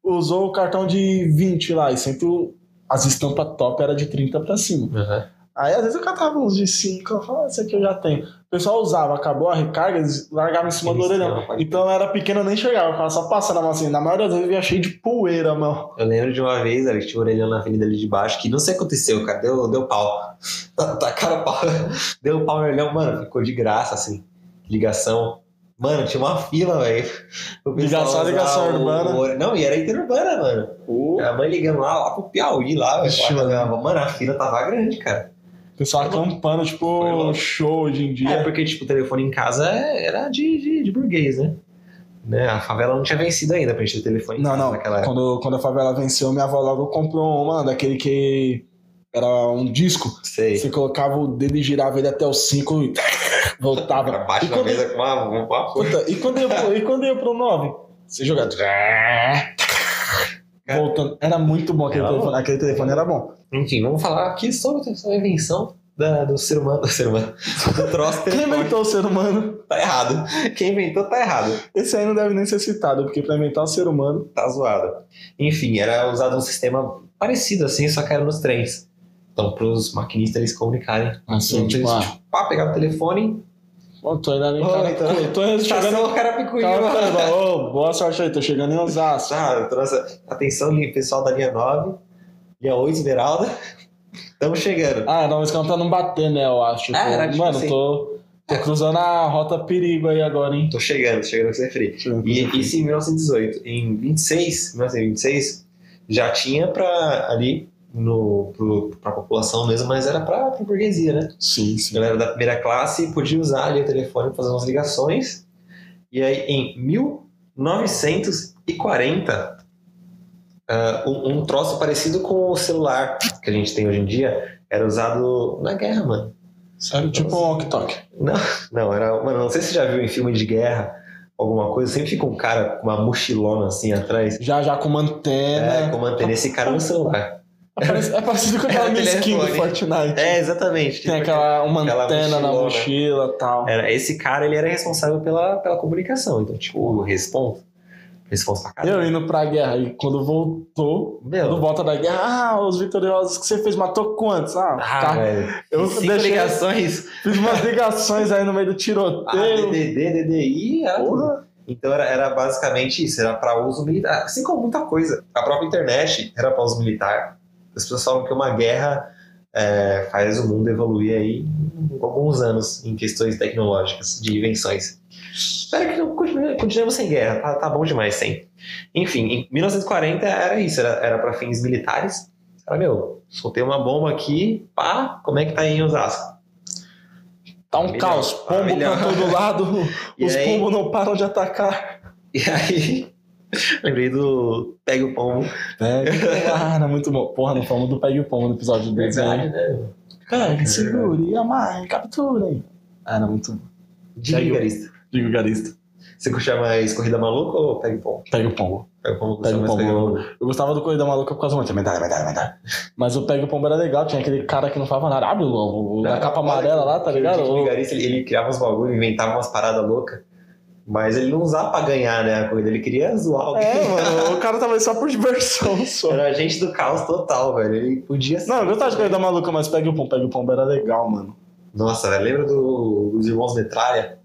[SPEAKER 3] usou o cartão de 20 lá, e sempre o- as estampas top era de 30 pra cima. Aí às vezes eu catava uns de 5, eu falava, "Ah, esse aqui eu já tenho. O pessoal usava, acabou a recarga, eles largavam em cima do
[SPEAKER 2] Eles
[SPEAKER 3] orelhão.
[SPEAKER 2] não, pode-
[SPEAKER 3] Então eu era pequeno, eu nem chegava, eu ficava só passando a mão assim. Na maioria das vezes eu ia cheio de poeira, mano.
[SPEAKER 2] Eu lembro de uma vez, ali, que tinha um orelhão na avenida ali de baixo, que não sei o que aconteceu, cara. Deu, deu pau. Tá, Tacaram pau. Deu pau no orelhão, mano. Ficou de graça, assim. Ligação. Mano, tinha uma fila, velho. O pessoal
[SPEAKER 3] Ligação,
[SPEAKER 2] usava
[SPEAKER 3] ligação
[SPEAKER 2] o-
[SPEAKER 3] urbana.
[SPEAKER 2] o- Não, e era interurbana, mano.
[SPEAKER 3] O
[SPEAKER 2] Minha mãe ligando lá, lá pro Piauí, lá, velho.
[SPEAKER 3] Ixi,
[SPEAKER 2] Lá, Mano, a fila tava grande, cara.
[SPEAKER 3] pessoal acampando,
[SPEAKER 2] Foi
[SPEAKER 3] tipo,
[SPEAKER 2] louco.
[SPEAKER 3] show hoje em
[SPEAKER 2] É,
[SPEAKER 3] dia.
[SPEAKER 2] porque, tipo, o telefone em casa é, era de, de, de burguês, né? né? A favela não tinha vencido ainda pra gente ter telefone em
[SPEAKER 3] Não,
[SPEAKER 2] casa
[SPEAKER 3] não.
[SPEAKER 2] naquela época.
[SPEAKER 3] Quando, quando a favela venceu, minha avó logo comprou uma daquele que era um disco.
[SPEAKER 2] Sei.
[SPEAKER 3] Você colocava o dedo e girava ele até os 5 e voltava.
[SPEAKER 2] Pra baixo
[SPEAKER 3] e,
[SPEAKER 2] da
[SPEAKER 3] quando,
[SPEAKER 2] mesa com uma, uma, uma força.
[SPEAKER 3] puta, e quando ia pro, e quando ia pro 9? Você jogava. Voltando. Era muito bom aquele
[SPEAKER 2] Era bom.
[SPEAKER 3] telefone. Aquele telefone era bom.
[SPEAKER 2] Enfim, vamos falar aqui sobre a invenção da- do ser humano. Do ser humano. Do troço
[SPEAKER 3] Quem
[SPEAKER 2] telefone.
[SPEAKER 3] inventou o ser humano?
[SPEAKER 2] Tá errado. Quem inventou tá errado.
[SPEAKER 3] Esse aí não deve nem ser citado, porque pra inventar o ser humano.
[SPEAKER 2] tá zoado. Enfim, era usado um sistema parecido assim, só que era nos trens. Então, pros maquinistas eles comunicarem.
[SPEAKER 3] Assim,
[SPEAKER 2] Então,
[SPEAKER 3] tipo,
[SPEAKER 2] eles,
[SPEAKER 3] ah,
[SPEAKER 2] tipo, pá, pegava o telefone,
[SPEAKER 3] ó, tô indo ali.
[SPEAKER 2] Ô,
[SPEAKER 3] cara,
[SPEAKER 2] então-
[SPEAKER 3] tô chegando.
[SPEAKER 2] estação Carapicuíba.
[SPEAKER 3] tá
[SPEAKER 2] Tá
[SPEAKER 3] Calma, ô, boa sorte aí, tô chegando em Osasco.
[SPEAKER 2] Ah, eu trouxe- Atenção, li- pessoal da linha 9. Dia 8, Esmeralda. Estamos chegando.
[SPEAKER 3] Ah, não, esse cara tá não bater, né, eu acho. Tipo,
[SPEAKER 2] Ah, era tipo
[SPEAKER 3] mano,
[SPEAKER 2] assim.
[SPEAKER 3] tô, tô cruzando a rota perigo aí agora, hein?
[SPEAKER 2] Tô chegando, tô chegando com você é frio. E isso em 1918. Em 26, 1926, já tinha pra ali, no, pro, pra população mesmo, mas era pra, pra burguesia, né?
[SPEAKER 3] Sim,
[SPEAKER 2] A
[SPEAKER 3] sim.
[SPEAKER 2] galera da primeira classe podia usar ali o telefone para fazer umas ligações. E aí, em 1940, ah, um, um troço parecido com o celular que a gente tem hoje em dia era usado na guerra, mano.
[SPEAKER 3] Sério, tipo um walk-talk.
[SPEAKER 2] Não, era. Mano, não sei se você já viu em filme de guerra alguma coisa, sempre fica um cara com uma mochilona assim atrás.
[SPEAKER 3] Já, já com uma
[SPEAKER 2] É,
[SPEAKER 3] antena.
[SPEAKER 2] com mantendo esse cara no celular.
[SPEAKER 3] É, parecido, é parecido com aquela
[SPEAKER 2] É,
[SPEAKER 3] minha skin do
[SPEAKER 2] telefone.
[SPEAKER 3] Fortnite.
[SPEAKER 2] É, exatamente.
[SPEAKER 3] Tem aquela, uma
[SPEAKER 2] aquela né? É.
[SPEAKER 3] antena na
[SPEAKER 2] mochilona.
[SPEAKER 3] mochila e tal.
[SPEAKER 2] Era, esse cara, ele era responsável pela, pela comunicação. Então, tipo, responsa. Responsa pra caramba.
[SPEAKER 3] Eu indo pra guerra e quando voltou, quando
[SPEAKER 2] Meu,
[SPEAKER 3] volta da guerra, ah, os vitoriosos que você fez, matou quantos? Ah,
[SPEAKER 2] ah,
[SPEAKER 3] tá.
[SPEAKER 2] velho.
[SPEAKER 3] Eu
[SPEAKER 2] Cinco
[SPEAKER 3] deixei-
[SPEAKER 2] ligações.
[SPEAKER 3] fiz umas ligações aí no meio do
[SPEAKER 2] Ah,
[SPEAKER 3] tiroteio.
[SPEAKER 2] DDD, DDI, era tudo.
[SPEAKER 3] Porra.
[SPEAKER 2] Então era, era basicamente isso, era para uso militar. Assim como muita coisa. A própria internet era para uso militar. As pessoas falam que uma guerra é, faz o mundo evoluir aí em alguns anos em questões tecnológicas, de invenções. Espero que não continue- continuemos sem guerra, tá, tá bom demais sem. Enfim, em 1940 era isso, era para fins militares. Era, meu, soltei uma bomba aqui, pá, como é que tá aí em Osasco?
[SPEAKER 3] Tá um
[SPEAKER 2] Milhão.
[SPEAKER 3] caos,
[SPEAKER 2] Ah,
[SPEAKER 3] pombo
[SPEAKER 2] milhão.
[SPEAKER 3] pra todo lado,
[SPEAKER 2] E
[SPEAKER 3] os
[SPEAKER 2] aí-
[SPEAKER 3] pombos não param de atacar.
[SPEAKER 2] E aí, lembrei do Pega o Pombo.
[SPEAKER 3] É, cara, muito bom. Porra, não falamos do Pegue o Pombo no episódio deles, né?
[SPEAKER 2] né?
[SPEAKER 3] Pegue, segure, amarre, capturem. Ah, era muito bom.
[SPEAKER 2] De
[SPEAKER 3] Pega o-
[SPEAKER 2] ligarista.
[SPEAKER 3] Digo, garista,
[SPEAKER 2] Você curtia mais Corrida Maluca ou Pega o Pombo?
[SPEAKER 3] Pegue o Pombo.
[SPEAKER 2] Pega o Pombo
[SPEAKER 3] Pega
[SPEAKER 2] curtia
[SPEAKER 3] o né?
[SPEAKER 2] mais Pega o
[SPEAKER 3] Pombo.
[SPEAKER 2] Pombo.
[SPEAKER 3] Eu gostava do Corrida Maluca por causa muito. Medalha, medalha, medalha. Mas o Pegue o Pombo era legal, tinha aquele cara que não falava nada. Abre o, o, o da capa amarela lá, tá
[SPEAKER 2] Porque
[SPEAKER 3] ligado?
[SPEAKER 2] O ligarista, ele, ele criava uns bagulho, inventava umas paradas loucas. Mas ele não usava pra ganhar, né, a corrida. Ele queria zoar alguém.
[SPEAKER 3] É, mano, o cara tava aí só por diversão só.
[SPEAKER 2] Era agente do caos total, velho. Ele podia ser.
[SPEAKER 3] Não, eu gostava de Corrida Maluca, mas Pegue o Pombo, Pegue o Pombo era legal, mano.
[SPEAKER 2] Nossa, velho, lembra do- dos Irmãos Metralha?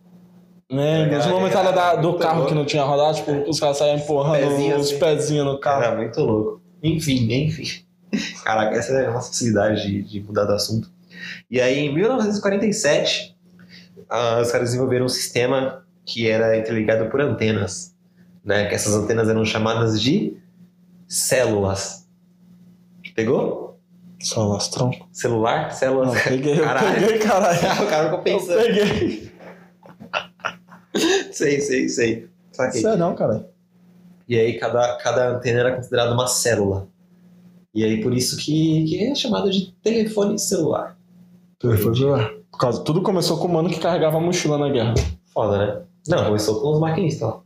[SPEAKER 3] Né,
[SPEAKER 2] Era
[SPEAKER 3] nos momentos
[SPEAKER 2] legal,
[SPEAKER 3] era da- do
[SPEAKER 2] muito
[SPEAKER 3] carro
[SPEAKER 2] bom.
[SPEAKER 3] que não tinha rodado, tipo, os caras saíam empurrando
[SPEAKER 2] Pezinho
[SPEAKER 3] é, os
[SPEAKER 2] assim.
[SPEAKER 3] pezinhos no carro.
[SPEAKER 2] Era muito louco. Enfim, enfim. Caraca, essa é a nossa facilidade de, de mudar do assunto. E aí, em 1947, ah, os caras desenvolveram um sistema que era interligado por antenas. Né? Que essas antenas eram chamadas de células. Pegou?
[SPEAKER 3] Só lastrão.
[SPEAKER 2] Celular?
[SPEAKER 3] Não,
[SPEAKER 2] Células.
[SPEAKER 3] peguei, eu
[SPEAKER 2] Caralho.
[SPEAKER 3] peguei, caralho.
[SPEAKER 2] o cara ficou
[SPEAKER 3] Eu
[SPEAKER 2] pensando.
[SPEAKER 3] peguei.
[SPEAKER 2] Sei, sei, sei. Saquei.
[SPEAKER 3] Isso é não, caralho.
[SPEAKER 2] E aí cada, cada antena era considerada uma célula. E aí por isso que, que é chamado de telefone celular.
[SPEAKER 3] Telefone celular. Por causa, tudo começou com o mano que carregava a mochila na guerra.
[SPEAKER 2] Foda, né? Não, começou com os maquinistas lá.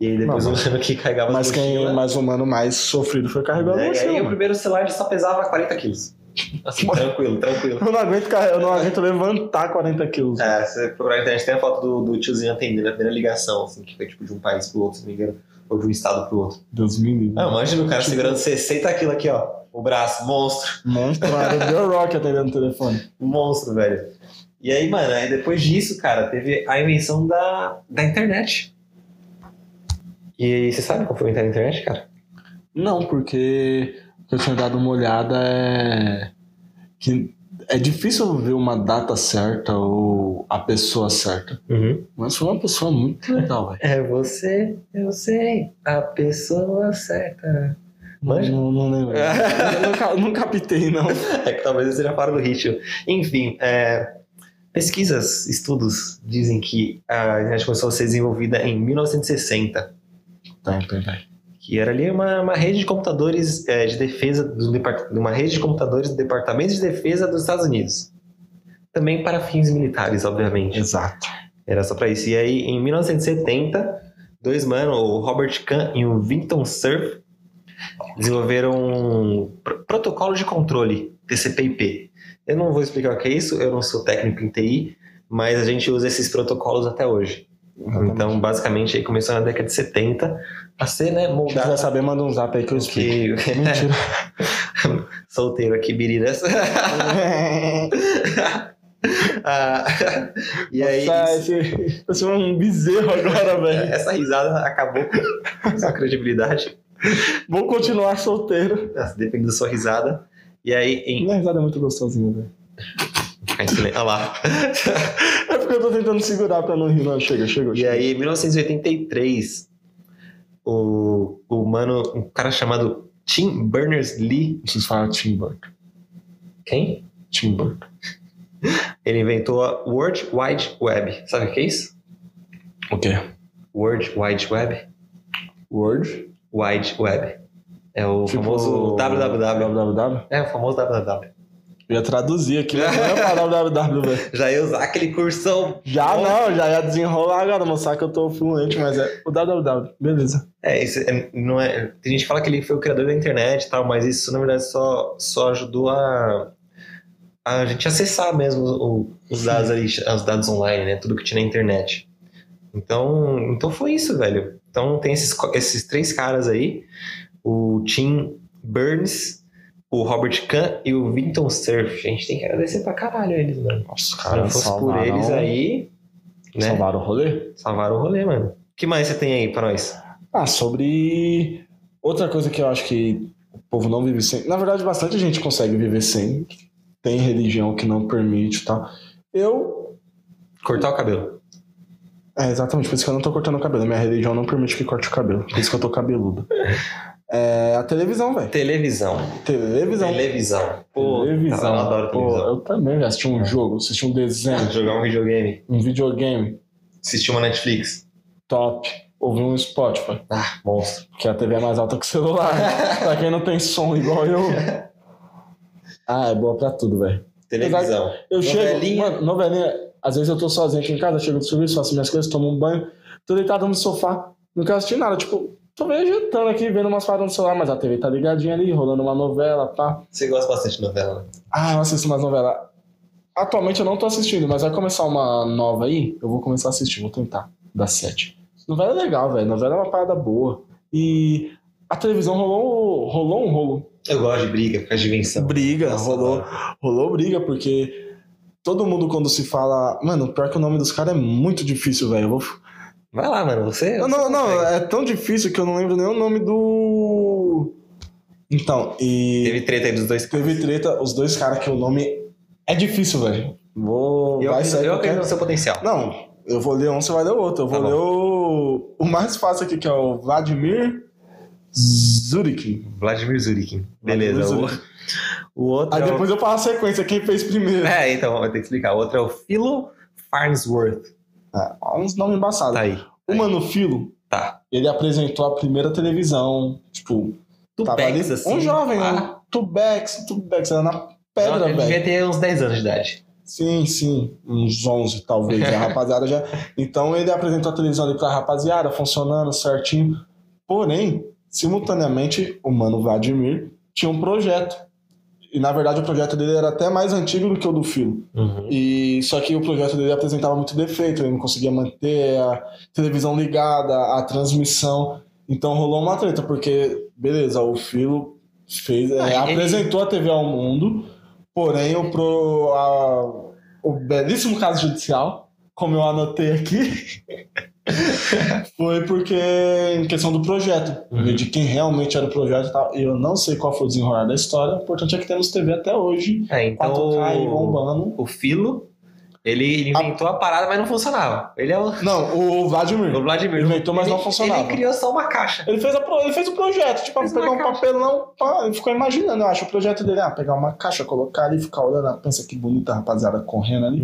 [SPEAKER 2] E aí depois
[SPEAKER 3] Não,
[SPEAKER 2] o mano que carregava
[SPEAKER 3] Mas
[SPEAKER 2] as
[SPEAKER 3] quem
[SPEAKER 2] mochilas.
[SPEAKER 3] mais o mano mais sofrido foi carregar a
[SPEAKER 2] né? E aí
[SPEAKER 3] mochila.
[SPEAKER 2] o
[SPEAKER 3] mano.
[SPEAKER 2] primeiro celular ele só pesava 40 quilos. Assim, tranquilo, tranquilo.
[SPEAKER 3] Eu não aguento carregar, eu não aguento levantar 40 quilos.
[SPEAKER 2] É, se você procurar na internet, tem a foto do, do tiozinho atendendo a primeira ligação, assim, que foi tipo de um país pro outro, se não me engano, ou de um estado pro outro.
[SPEAKER 3] Deus me livre.
[SPEAKER 2] Ah, imagina o cara
[SPEAKER 3] Tipo-
[SPEAKER 2] segurando 60 quilos aqui, ó. O braço, monstro.
[SPEAKER 3] Monstro, era o The Rock atendendo o telefone.
[SPEAKER 2] Um monstro, velho. E aí, mano, aí depois disso, cara, teve a invenção da, da internet. E você sabe qual foi a invenção da internet, cara?
[SPEAKER 3] Não, porque o que eu tinha dado uma olhada é. que é difícil ver uma data certa ou a pessoa certa. Mas foi uma pessoa muito legal, velho.
[SPEAKER 2] É você, eu sei, a pessoa certa. Manja?
[SPEAKER 3] Não, não lembro. Eu nunca, nunca pitei, não.
[SPEAKER 2] É que talvez eu seja fora do ritmo. Enfim, é, pesquisas, estudos dizem que a internet começou a ser desenvolvida em 1960.
[SPEAKER 3] Tá, tá, tá.
[SPEAKER 2] que era ali uma, uma rede de computadores eh, de defesa do depart- uma rede de computadores do Departamento de Defesa dos Estados Unidos. Também para fins militares, obviamente.
[SPEAKER 3] Exato.
[SPEAKER 2] Era só para isso. E aí, em 1970, dois manos, o Robert Kahn e o Vinton Cerf, desenvolveram um pr- protocolo de controle, TCP/IP. Eu não vou explicar o que é isso, eu não sou técnico em TI, mas a gente usa esses protocolos até hoje. Então, basicamente, aí começou na década de 70 a ser né,
[SPEAKER 3] se
[SPEAKER 2] moldado
[SPEAKER 3] quiser saber, manda um zap aí que eu explico.
[SPEAKER 2] que
[SPEAKER 3] É Mentira.
[SPEAKER 2] solteiro aqui, né? biriras. Ah, e aí,
[SPEAKER 3] Nossa,
[SPEAKER 2] isso- É.
[SPEAKER 3] esse- Eu sou um bezerro agora, velho.
[SPEAKER 2] essa risada acabou com a credibilidade.
[SPEAKER 3] Vou continuar solteiro.
[SPEAKER 2] Ah, Depende da sua risada. E aí, em.
[SPEAKER 3] Minha risada é muito gostosinha, velho.
[SPEAKER 2] Ah, em silêncio. Olha lá.
[SPEAKER 3] É porque eu tô tentando segurar pra não rir, não. Chega, chega,
[SPEAKER 2] E
[SPEAKER 3] chega.
[SPEAKER 2] aí, em 1983, o, o mano, um cara chamado Tim Berners-Lee.
[SPEAKER 3] Vocês falam Tim Burke.
[SPEAKER 2] Quem?
[SPEAKER 3] Tim Burke.
[SPEAKER 2] Ele inventou a World Wide Web. Sabe o que é isso?
[SPEAKER 3] O quê?
[SPEAKER 2] World Wide Web?
[SPEAKER 3] Word.
[SPEAKER 2] Wide Web. É o
[SPEAKER 3] Tipo,
[SPEAKER 2] famoso www.
[SPEAKER 3] www.
[SPEAKER 2] É o famoso www.
[SPEAKER 3] Eu ia traduzir aqui, mas não ia falar www, velho.
[SPEAKER 2] Já ia usar aquele cursão.
[SPEAKER 3] Já não, já ia desenrolar agora, mostrar que eu tô fluente, mas é o www. Beleza.
[SPEAKER 2] É, isso é- não é. Tem gente que fala que ele foi o criador da internet e tal, mas isso na verdade só, só ajudou a a gente acessar mesmo o- os dados ali, os dados online, né? Tudo que tinha na internet. Então, então foi isso, velho. Então tem esses, co- esses três caras aí, o Tim Burns, o Robert Kahn e o Vinton Cerf. A gente tem que agradecer pra caralho eles, mano.
[SPEAKER 3] Nossa, os
[SPEAKER 2] Se não fosse por eles aí, né?
[SPEAKER 3] Salvaram o rolê?
[SPEAKER 2] Salvaram o rolê, mano. O que mais você tem aí pra nós?
[SPEAKER 3] Ah, sobre outra coisa que eu acho que o povo não vive sem. Na verdade, bastante gente consegue viver sem. Tem religião que não permite e tal. Eu.
[SPEAKER 2] Cortar o cabelo.
[SPEAKER 3] É, exatamente, por isso que eu não tô cortando o cabelo. Minha religião não permite que corte o cabelo. Por isso que eu tô cabeludo. É, a televisão, velho.
[SPEAKER 2] Televisão.
[SPEAKER 3] Televisão.
[SPEAKER 2] Televisão. Pô,
[SPEAKER 3] televisão.
[SPEAKER 2] Eu adoro
[SPEAKER 3] Pô,
[SPEAKER 2] televisão. É.
[SPEAKER 3] eu também velho, assisti um jogo, assisti um desenho,
[SPEAKER 2] Jogar um videogame.
[SPEAKER 3] um videogame.
[SPEAKER 2] Assistir uma Netflix.
[SPEAKER 3] Top. Ouvi um Spotify.
[SPEAKER 2] Ah, monstro.
[SPEAKER 3] Que a TV é mais alta que o celular. pra quem não tem som igual eu. Ah, é boa pra tudo, velho.
[SPEAKER 2] Televisão.
[SPEAKER 3] Eu chego.
[SPEAKER 2] Novelinha.
[SPEAKER 3] Mano, novelinha. Às vezes eu tô sozinho aqui em casa, chego do serviço, faço minhas coisas, tomo um banho, tô deitado no sofá, não quero assistir nada. Tipo, tô vegetando aqui, vendo umas paradas no celular, mas a TV tá ligadinha ali, rolando uma novela, pá.
[SPEAKER 2] Você gosta bastante de novela, né?
[SPEAKER 3] Ah, eu assisto mais novela. Atualmente eu não tô assistindo, mas vai começar uma nova aí, eu vou começar a assistir, vou tentar, das sete. Novela é legal, velho, novela é uma parada boa. E a televisão rolou, rolou um rolo
[SPEAKER 2] Eu gosto de briga, por causa de invenção.
[SPEAKER 3] Briga,
[SPEAKER 2] Nossa,
[SPEAKER 3] rolou,
[SPEAKER 2] adoro.
[SPEAKER 3] rolou briga, porque todo mundo quando se fala. Mano, pior que o nome dos caras é muito difícil, velho. Eu vou f-
[SPEAKER 2] Vai lá, mano. Você.
[SPEAKER 3] Não, não, não, é tão difícil que eu não lembro nem o nome do. Então, e.
[SPEAKER 2] Teve treta aí dos dois
[SPEAKER 3] Teve, treta, os dois caras que o nome é difícil, velho. Vou.
[SPEAKER 2] Eu,
[SPEAKER 3] vai sair
[SPEAKER 2] eu
[SPEAKER 3] qualquer-
[SPEAKER 2] acredito no seu potencial.
[SPEAKER 3] Não, eu vou ler um, você vai ler outro. Eu vou
[SPEAKER 2] Tá bom.
[SPEAKER 3] ler o... o mais fácil aqui, que é o Vladimir Zurikin.
[SPEAKER 2] Vladimir Zurikin. Beleza.
[SPEAKER 3] Vladimir
[SPEAKER 2] O, o outro.
[SPEAKER 3] Aí
[SPEAKER 2] é o-
[SPEAKER 3] depois eu passo a sequência, quem fez primeiro.
[SPEAKER 2] É, então, vai ter que explicar. O outro é o Philo Farnsworth.
[SPEAKER 3] É, uns nomes embaçados.
[SPEAKER 2] Tá aí.
[SPEAKER 3] O Mano Filo,
[SPEAKER 2] Tá.
[SPEAKER 3] ele apresentou a primeira televisão, tipo,
[SPEAKER 2] Tu
[SPEAKER 3] tava ali-
[SPEAKER 2] pegas assim.
[SPEAKER 3] um jovem,
[SPEAKER 2] pá.
[SPEAKER 3] um Tubex, Tubex, era na pedra,
[SPEAKER 2] Ele
[SPEAKER 3] velho.
[SPEAKER 2] devia ter uns 10 anos de idade.
[SPEAKER 3] Sim, sim, uns 11 talvez, a rapaziada já. Então ele apresentou a televisão ali pra rapaziada, funcionando certinho. Porém, simultaneamente, o Mano Vladimir tinha um projeto. E na verdade o projeto dele era até mais antigo do que o do Filo. Uhum. E só que o projeto dele apresentava muito defeito, ele não conseguia manter a televisão ligada, a transmissão. Então rolou uma treta, porque, beleza, o Filo fez, é,
[SPEAKER 2] Ah, ele-
[SPEAKER 3] apresentou a TV ao mundo, porém o, pro, a- o belíssimo caso judicial, como eu anotei aqui, foi porque em questão do projeto,
[SPEAKER 2] Uhum.
[SPEAKER 3] de quem realmente era o projeto e tal. E eu não sei qual foi o desenrolar da história, o importante é que temos TV até hoje,
[SPEAKER 2] É, então.
[SPEAKER 3] 4K e bombando.
[SPEAKER 2] o Filo, ele inventou a parada, mas não funcionava. Ele é o,
[SPEAKER 3] Não, o Vladimir.
[SPEAKER 2] o Vladimir.
[SPEAKER 3] Inventou, mas
[SPEAKER 2] ele,
[SPEAKER 3] não funcionava.
[SPEAKER 2] Ele criou só uma caixa.
[SPEAKER 3] Ele fez, a pro- ele fez o projeto, tipo,
[SPEAKER 2] Fez
[SPEAKER 3] pegar
[SPEAKER 2] uma
[SPEAKER 3] um
[SPEAKER 2] caixa.
[SPEAKER 3] papelão, pá, ele ficou imaginando, eu acho, o projeto dele, ah, pegar uma caixa, colocar ali, ficar olhando, ah, pensa que bonita a rapaziada correndo ali.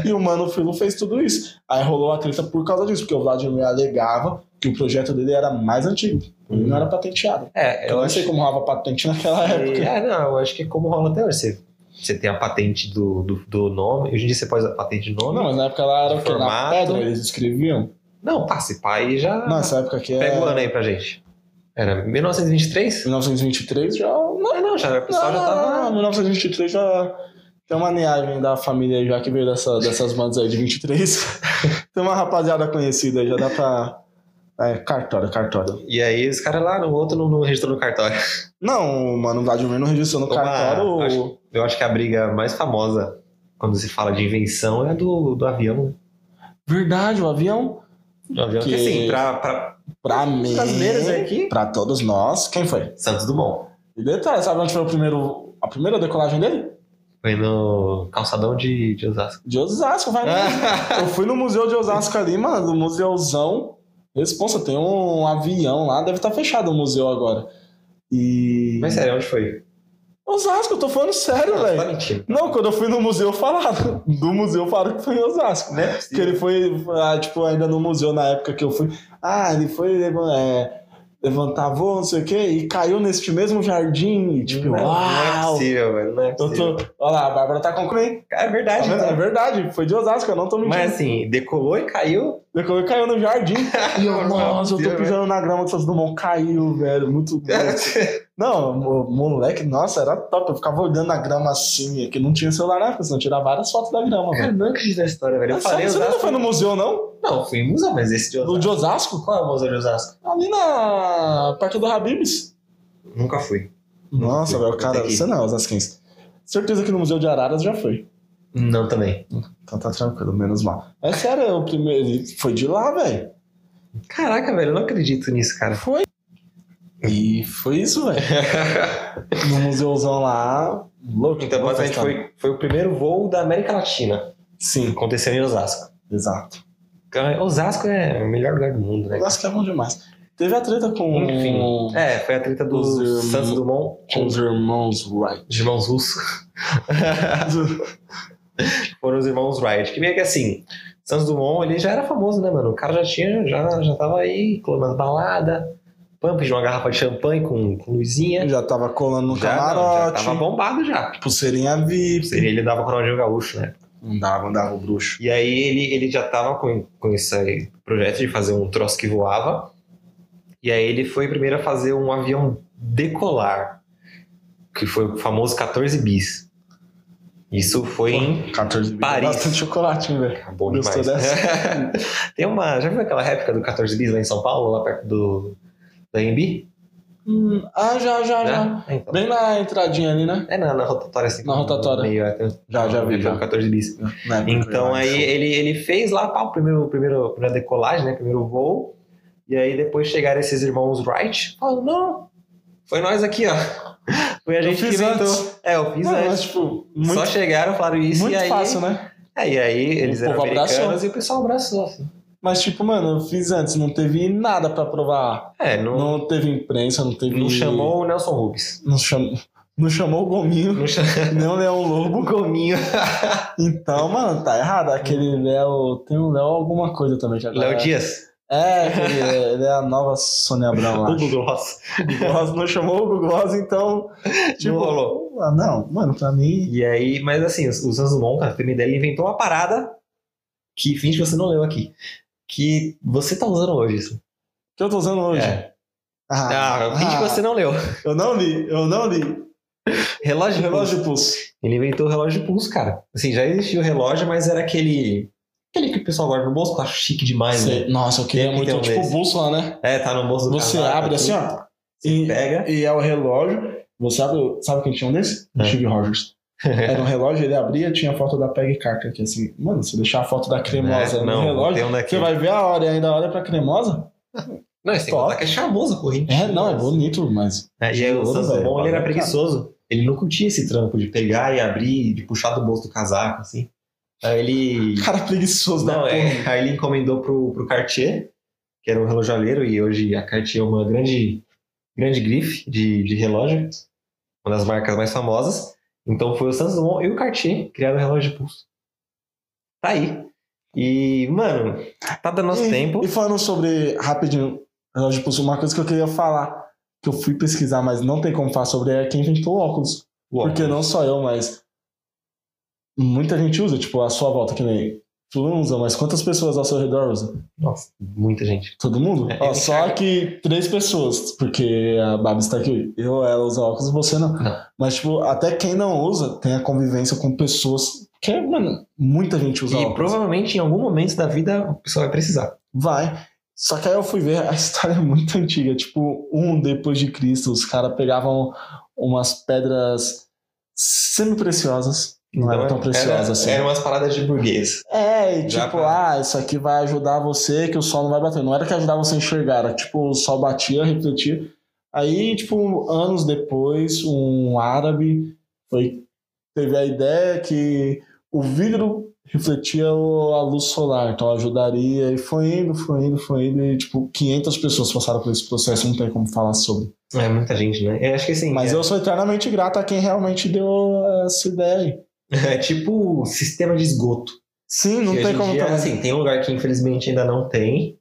[SPEAKER 3] e o Mano Filo fez tudo isso. Aí rolou a treta por causa disso, porque o Vladimir alegava que o projeto dele era mais antigo, ele não era patenteado.
[SPEAKER 2] É,
[SPEAKER 3] Eu
[SPEAKER 2] eu
[SPEAKER 3] não
[SPEAKER 2] acho
[SPEAKER 3] sei como rolava patente naquela
[SPEAKER 2] que.
[SPEAKER 3] época.
[SPEAKER 2] É, não, eu acho que é como rola até hoje. Você, você tem a patente do, do, do nome. Hoje em dia você pode usar a patente do
[SPEAKER 3] Não,
[SPEAKER 2] nome.
[SPEAKER 3] mas na época ela era o quê? Na
[SPEAKER 2] Formato.
[SPEAKER 3] pedra eles escreviam?
[SPEAKER 2] Não, passe pai já.
[SPEAKER 3] Não, essa época aqui
[SPEAKER 2] Pega o
[SPEAKER 3] é...
[SPEAKER 2] ano aí pra gente. Era 1923?
[SPEAKER 3] 1923 já... Não,
[SPEAKER 2] Não, não, já. O pessoal já tava.
[SPEAKER 3] não, não, 1923 já tem uma linhagem da família aí já que veio dessa, dessas bandas aí de 23. tem uma rapaziada conhecida aí, já dá pra. É, cartório, cartório.
[SPEAKER 2] E aí os caras lá, no outro não, não registrou no cartório.
[SPEAKER 3] Não, mano, o Vladimir não registrou no
[SPEAKER 2] Uma-
[SPEAKER 3] cartório.
[SPEAKER 2] acho- Eu acho que a briga mais famosa quando se fala de invenção é a do, do avião, né?
[SPEAKER 3] Verdade, o avião.
[SPEAKER 2] No avião.
[SPEAKER 3] Que-
[SPEAKER 2] Porque assim, pra, pra,
[SPEAKER 3] Pra mim.
[SPEAKER 2] brasileiros aqui?
[SPEAKER 3] Pra todos nós. Quem foi?
[SPEAKER 2] Santos Dumont.
[SPEAKER 3] E detalhe, sabe onde foi o primeiro, a primeira decolagem dele?
[SPEAKER 2] Foi no calçadão de, de Osasco.
[SPEAKER 3] De Osasco, vai. né? Eu fui no museu de Osasco ali, mano, no museuzão. Responsa, tem um avião lá, deve estar fechado o museu agora. E.
[SPEAKER 2] Mas sério, onde foi?
[SPEAKER 3] Osasco, eu tô falando sério,
[SPEAKER 2] Não, você tá
[SPEAKER 3] velho.
[SPEAKER 2] mentindo.
[SPEAKER 3] Não, quando eu fui no museu, falaram. Do museu falaram que foi em Osasco.
[SPEAKER 2] Não é
[SPEAKER 3] Que
[SPEAKER 2] possível.
[SPEAKER 3] ele foi, ah, tipo, ainda no museu na época que eu fui. Ah, ele foi levan- é, levantar voo, não sei o quê, e caiu neste mesmo jardim. E, tipo,
[SPEAKER 2] Não, Não é
[SPEAKER 3] uau!
[SPEAKER 2] possível, velho. Não é
[SPEAKER 3] Eu
[SPEAKER 2] possível.
[SPEAKER 3] tô... Olha lá, a Bárbara tá concluindo.
[SPEAKER 2] É
[SPEAKER 3] Tá
[SPEAKER 2] verdade,
[SPEAKER 3] vendo? É
[SPEAKER 2] né?
[SPEAKER 3] verdade, foi de Osasco, eu não tô mentindo.
[SPEAKER 2] Mas assim, decolou e caiu.
[SPEAKER 3] Depois caiu no jardim. E eu,
[SPEAKER 2] Não,
[SPEAKER 3] nossa, eu
[SPEAKER 2] não,
[SPEAKER 3] tô
[SPEAKER 2] não.
[SPEAKER 3] pisando na grama que Santos Dumont caiu, velho. Muito doido. Não, mo- moleque, nossa, era top. Eu ficava olhando a grama assim, é que não tinha celular na época, senão eu tirava várias fotos da grama, velho.
[SPEAKER 2] Cara, não acredito na história, velho. É, Eu
[SPEAKER 3] Você
[SPEAKER 2] falei
[SPEAKER 3] você nunca
[SPEAKER 2] Osasco.
[SPEAKER 3] foi no museu, não?
[SPEAKER 2] Não, fui em museu, mas esse de
[SPEAKER 3] No
[SPEAKER 2] Osasco.
[SPEAKER 3] de Osasco?
[SPEAKER 2] Qual é o museu de Osasco?
[SPEAKER 3] Ali na parte do Habibs.
[SPEAKER 2] Nunca fui.
[SPEAKER 3] Nossa,
[SPEAKER 2] fui.
[SPEAKER 3] velho, cara,
[SPEAKER 2] Tem que ir.
[SPEAKER 3] você não é osasquense. Certeza que no Museu de Araras já foi.
[SPEAKER 2] Não, também.
[SPEAKER 3] Então tá tranquilo, menos mal. É sério, o primeiro. ele Foi de lá, velho.
[SPEAKER 2] Caraca, velho, eu não acredito nisso, cara.
[SPEAKER 3] Foi. E foi isso, velho. no museuzão lá. Louco.
[SPEAKER 2] Então,
[SPEAKER 3] louco,
[SPEAKER 2] basicamente,
[SPEAKER 3] cara.
[SPEAKER 2] foi, foi o primeiro voo da América Latina.
[SPEAKER 3] Sim,
[SPEAKER 2] Aconteceu em Osasco.
[SPEAKER 3] exato.
[SPEAKER 2] Cara, Osasco é o melhor lugar do mundo, né?
[SPEAKER 3] Nossa, que é bom demais. Teve a treta com,
[SPEAKER 2] Enfim. É, foi a treta do
[SPEAKER 3] Os irmãos-
[SPEAKER 2] Santos Dumont
[SPEAKER 3] com
[SPEAKER 2] com os
[SPEAKER 3] os irmãos Wright.
[SPEAKER 2] irmãos russos. Foram os irmãos Wright. Que meio que assim, Santos Dumont, ele já era famoso, né, mano? O cara já tinha, já, já tava aí, clamando balada, pump de uma garrafa de champanhe com, com luzinha.
[SPEAKER 3] já tava colando no
[SPEAKER 2] Já, não, já
[SPEAKER 3] camarote.
[SPEAKER 2] tava bombado já.
[SPEAKER 3] Pulseirinha VIP.
[SPEAKER 2] Ele, ele dava com o Ronaldinho Gaúcho, né?
[SPEAKER 3] Não dava, não dava o bruxo.
[SPEAKER 2] E aí ele, ele já tava com, com esse projeto de fazer um troço que voava. E aí ele foi primeiro a fazer um avião decolar, que foi o famoso 14 bis. Isso foi em.
[SPEAKER 3] 14 bits.
[SPEAKER 2] Paris.
[SPEAKER 3] Bastante chocolate, hein, velho.
[SPEAKER 2] Acabou
[SPEAKER 3] Gostou
[SPEAKER 2] demais. Tem uma. Já viu aquela réplica do 14 bis lá em São Paulo, lá perto do. Da Embi?
[SPEAKER 3] Ah, já, já, já.
[SPEAKER 2] Né? É, então.
[SPEAKER 3] Bem na entradinha ali, né?
[SPEAKER 2] É na, na rotatória assim.
[SPEAKER 3] Na rotatória.
[SPEAKER 2] Meio, é, tem um-
[SPEAKER 3] Já, já vi,
[SPEAKER 2] tem
[SPEAKER 3] já.
[SPEAKER 2] um 14 bis.
[SPEAKER 3] Na época
[SPEAKER 2] Então
[SPEAKER 3] que eu era
[SPEAKER 2] aí ele, ele fez lá pá, o primeiro, o primeiro, a primeira decolagem, né? Primeiro voo. E aí depois chegaram esses irmãos Wright. Falaram, não, foi nós aqui, ó. Foi a
[SPEAKER 3] Eu
[SPEAKER 2] gente que
[SPEAKER 3] fiz
[SPEAKER 2] inventou.
[SPEAKER 3] antes.
[SPEAKER 2] É, eu fiz
[SPEAKER 3] Não,
[SPEAKER 2] antes.
[SPEAKER 3] mas, tipo, muito,
[SPEAKER 2] Só chegaram, falaram isso
[SPEAKER 3] muito
[SPEAKER 2] e aí.
[SPEAKER 3] fácil, né?
[SPEAKER 2] é, e aí eles
[SPEAKER 3] O
[SPEAKER 2] eram
[SPEAKER 3] povo
[SPEAKER 2] americanos
[SPEAKER 3] abraçou.
[SPEAKER 2] e o pessoal abraçou, assim.
[SPEAKER 3] Mas, tipo, mano, eu fiz antes, não teve nada pra provar.
[SPEAKER 2] É, não, não,
[SPEAKER 3] Não teve imprensa, não teve.
[SPEAKER 2] chamou o Nelson Rubens.
[SPEAKER 3] Não, cham... não chamou o Gominho,
[SPEAKER 2] Não chamou
[SPEAKER 3] nem o Leão
[SPEAKER 2] o
[SPEAKER 3] Lobo.
[SPEAKER 2] Gominho.
[SPEAKER 3] É Então, mano, tá errado. Aquele Léo. Tem um Léo alguma coisa também que agora.
[SPEAKER 2] Hum. Léo Dias.
[SPEAKER 3] É, aquele- ele é a nova Sônia Abrão lá.
[SPEAKER 2] O Google Ross.
[SPEAKER 3] Google Ross não chamou o Google Ross, então. Tipo,
[SPEAKER 2] Não rolou.
[SPEAKER 3] ah, não, mano, pra mim.
[SPEAKER 2] E aí, mas assim, o Santos Dumont, cara, pra ter uma ideia, ele inventou uma parada que finge que você não leu aqui. Que você tá usando hoje isso.
[SPEAKER 3] O que eu tô usando hoje?
[SPEAKER 2] É. Ah, finge que você não leu.
[SPEAKER 3] Eu não li, eu não li.
[SPEAKER 2] Relógio, de pulso.
[SPEAKER 3] Relógio de pulso.
[SPEAKER 2] Ele inventou o relógio de pulso, cara. Assim, já existia o relógio, mas era aquele. Aquele que o pessoal guarda no bolso, que eu acho chique demais, né?
[SPEAKER 3] Sei. Nossa, eu queria
[SPEAKER 2] Tem que ter
[SPEAKER 3] muito.
[SPEAKER 2] um
[SPEAKER 3] tipo,
[SPEAKER 2] desse.
[SPEAKER 3] bússola, né?
[SPEAKER 2] É, tá no bolso do
[SPEAKER 3] Você
[SPEAKER 2] casaco
[SPEAKER 3] abre
[SPEAKER 2] aqui,
[SPEAKER 3] assim, ó.
[SPEAKER 2] você
[SPEAKER 3] E,
[SPEAKER 2] Pega.
[SPEAKER 3] e é o relógio. Você abre. Sabe quem tinha um desse?
[SPEAKER 2] É.
[SPEAKER 3] Steve Rogers. Era um relógio, ele abria, tinha a foto da Peg Carter, que assim, mano, se deixar a foto da cremosa
[SPEAKER 2] É,
[SPEAKER 3] no
[SPEAKER 2] não,
[SPEAKER 3] relógio,
[SPEAKER 2] tem um daqui.
[SPEAKER 3] você vai ver a hora e ainda olha pra cremosa?
[SPEAKER 2] Não, esse
[SPEAKER 3] Top.
[SPEAKER 2] tem que é charmoso, corrente.
[SPEAKER 3] É, não, é bonito, mas.
[SPEAKER 2] É, e aí o
[SPEAKER 3] Cheiroso,
[SPEAKER 2] Santos
[SPEAKER 3] velho.
[SPEAKER 2] Dumont, ele era
[SPEAKER 3] Cara.
[SPEAKER 2] preguiçoso. Ele não curtia esse trampo de pegar e abrir, de puxar do bolso do casaco, assim. Aí ele...
[SPEAKER 3] Cara é preguiçoso da
[SPEAKER 2] Não,
[SPEAKER 3] porra.
[SPEAKER 2] é, aí ele encomendou pro, pro Cartier, que era um relojoalheiro, e hoje a Cartier é uma grande, grande grife de, de relógio, uma das marcas mais famosas. Então foi o Santos Dumont e o Cartier que criaram o relógio de pulso. Tá aí. E, mano, tá dando nosso
[SPEAKER 3] e,
[SPEAKER 2] tempo.
[SPEAKER 3] E falando sobre, rapidinho, relógio de pulso, uma coisa que eu queria falar, que eu fui pesquisar, mas não tem como falar sobre, é quem inventou o óculos.
[SPEAKER 2] Uau.
[SPEAKER 3] Porque não só eu, mas muita gente usa, tipo, a sua volta, que nem tu não usa, mas quantas pessoas ao seu redor usam?
[SPEAKER 2] Nossa, muita gente.
[SPEAKER 3] Todo mundo?
[SPEAKER 2] É,
[SPEAKER 3] Ó,
[SPEAKER 2] eu
[SPEAKER 3] só
[SPEAKER 2] enxergo.
[SPEAKER 3] que três pessoas, porque a Babs tá aqui, eu, ela usa óculos, você não.
[SPEAKER 2] Não.
[SPEAKER 3] Mas, tipo, até quem não usa tem a convivência com pessoas, que, mano, muita gente usa
[SPEAKER 2] e
[SPEAKER 3] óculos.
[SPEAKER 2] provavelmente em algum momento da vida o pessoal vai precisar.
[SPEAKER 3] Vai. Só que aí eu fui ver, a história é muito antiga. Tipo, um depois de Cristo, os caras pegavam umas pedras semi-preciosas. Não
[SPEAKER 2] Então,
[SPEAKER 3] eram tão preciosas
[SPEAKER 2] era-
[SPEAKER 3] assim.
[SPEAKER 2] Eram umas paradas de burguês.
[SPEAKER 3] É, e
[SPEAKER 2] Já tá.
[SPEAKER 3] tipo,
[SPEAKER 2] pra-
[SPEAKER 3] ah, isso aqui vai ajudar você que o sol não vai bater. Não era que ajudava você a enxergar, era que, tipo, o sol batia, refletia. Aí, tipo, anos depois, um árabe foi, teve a ideia que o vidro refletia o- a luz solar, então ajudaria. E foi indo, foi indo, foi indo. E, tipo, 500 pessoas passaram por esse processo, não tem como falar sobre.
[SPEAKER 2] É muita gente, né? Eu acho que assim.
[SPEAKER 3] Mas
[SPEAKER 2] é,
[SPEAKER 3] eu sou eternamente grato a quem realmente deu essa ideia aí.
[SPEAKER 2] é tipo sistema de esgoto.
[SPEAKER 3] Sim, não
[SPEAKER 2] Que
[SPEAKER 3] tem
[SPEAKER 2] hoje em
[SPEAKER 3] como
[SPEAKER 2] dia,
[SPEAKER 3] também.
[SPEAKER 2] assim, tem um lugar que infelizmente ainda não tem,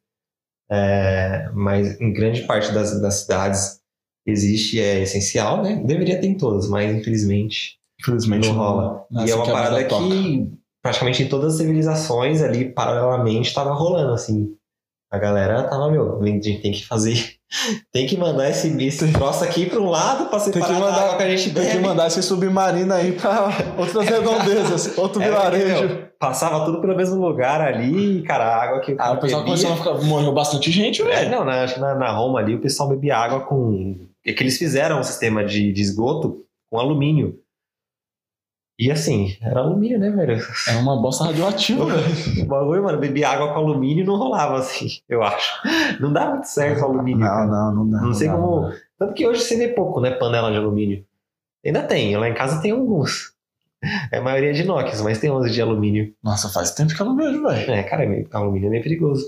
[SPEAKER 2] é, mas em grande parte das, das cidades existe, é essencial, né? Deveria ter em todas, mas infelizmente
[SPEAKER 3] Infelizmente
[SPEAKER 2] não rola. e
[SPEAKER 3] Assim
[SPEAKER 2] é uma
[SPEAKER 3] que a banda
[SPEAKER 2] parada
[SPEAKER 3] toca.
[SPEAKER 2] que praticamente em todas as civilizações ali, paralelamente, tava rolando, assim. A galera tava, meu, a gente tem que fazer, tem que mandar esse, esse troço aqui pra um lado pra separar
[SPEAKER 3] que mandar-
[SPEAKER 2] da água que a gente
[SPEAKER 3] Tem que
[SPEAKER 2] bebe.
[SPEAKER 3] mandar esse submarino aí pra outras redondezas, outro
[SPEAKER 2] É,
[SPEAKER 3] vilarejo.
[SPEAKER 2] entendeu? Passava tudo pelo mesmo lugar ali, e, cara, a água que
[SPEAKER 3] Ah, o pessoal
[SPEAKER 2] bebia-
[SPEAKER 3] começou a ficar. Morreu bastante gente,
[SPEAKER 2] É,
[SPEAKER 3] velho.
[SPEAKER 2] não, na, acho que na, na Roma ali o pessoal bebia água com. É que eles fizeram um sistema de, de esgoto com alumínio. E assim, era alumínio, né, velho?
[SPEAKER 3] É uma bosta radioativa, velho.
[SPEAKER 2] O bagulho, mano, bebia água com alumínio não rolava assim, eu acho. Não dá muito certo o alumínio. cara.
[SPEAKER 3] não, não dá.
[SPEAKER 2] Não sei como. Tanto que hoje você vê pouco, né? Panela de alumínio. Ainda tem, lá em casa tem alguns. É a maioria de inox, mas tem uns de alumínio.
[SPEAKER 3] Nossa, faz tempo que eu não vejo, velho.
[SPEAKER 2] É, cara, é meio- alumínio é meio perigoso.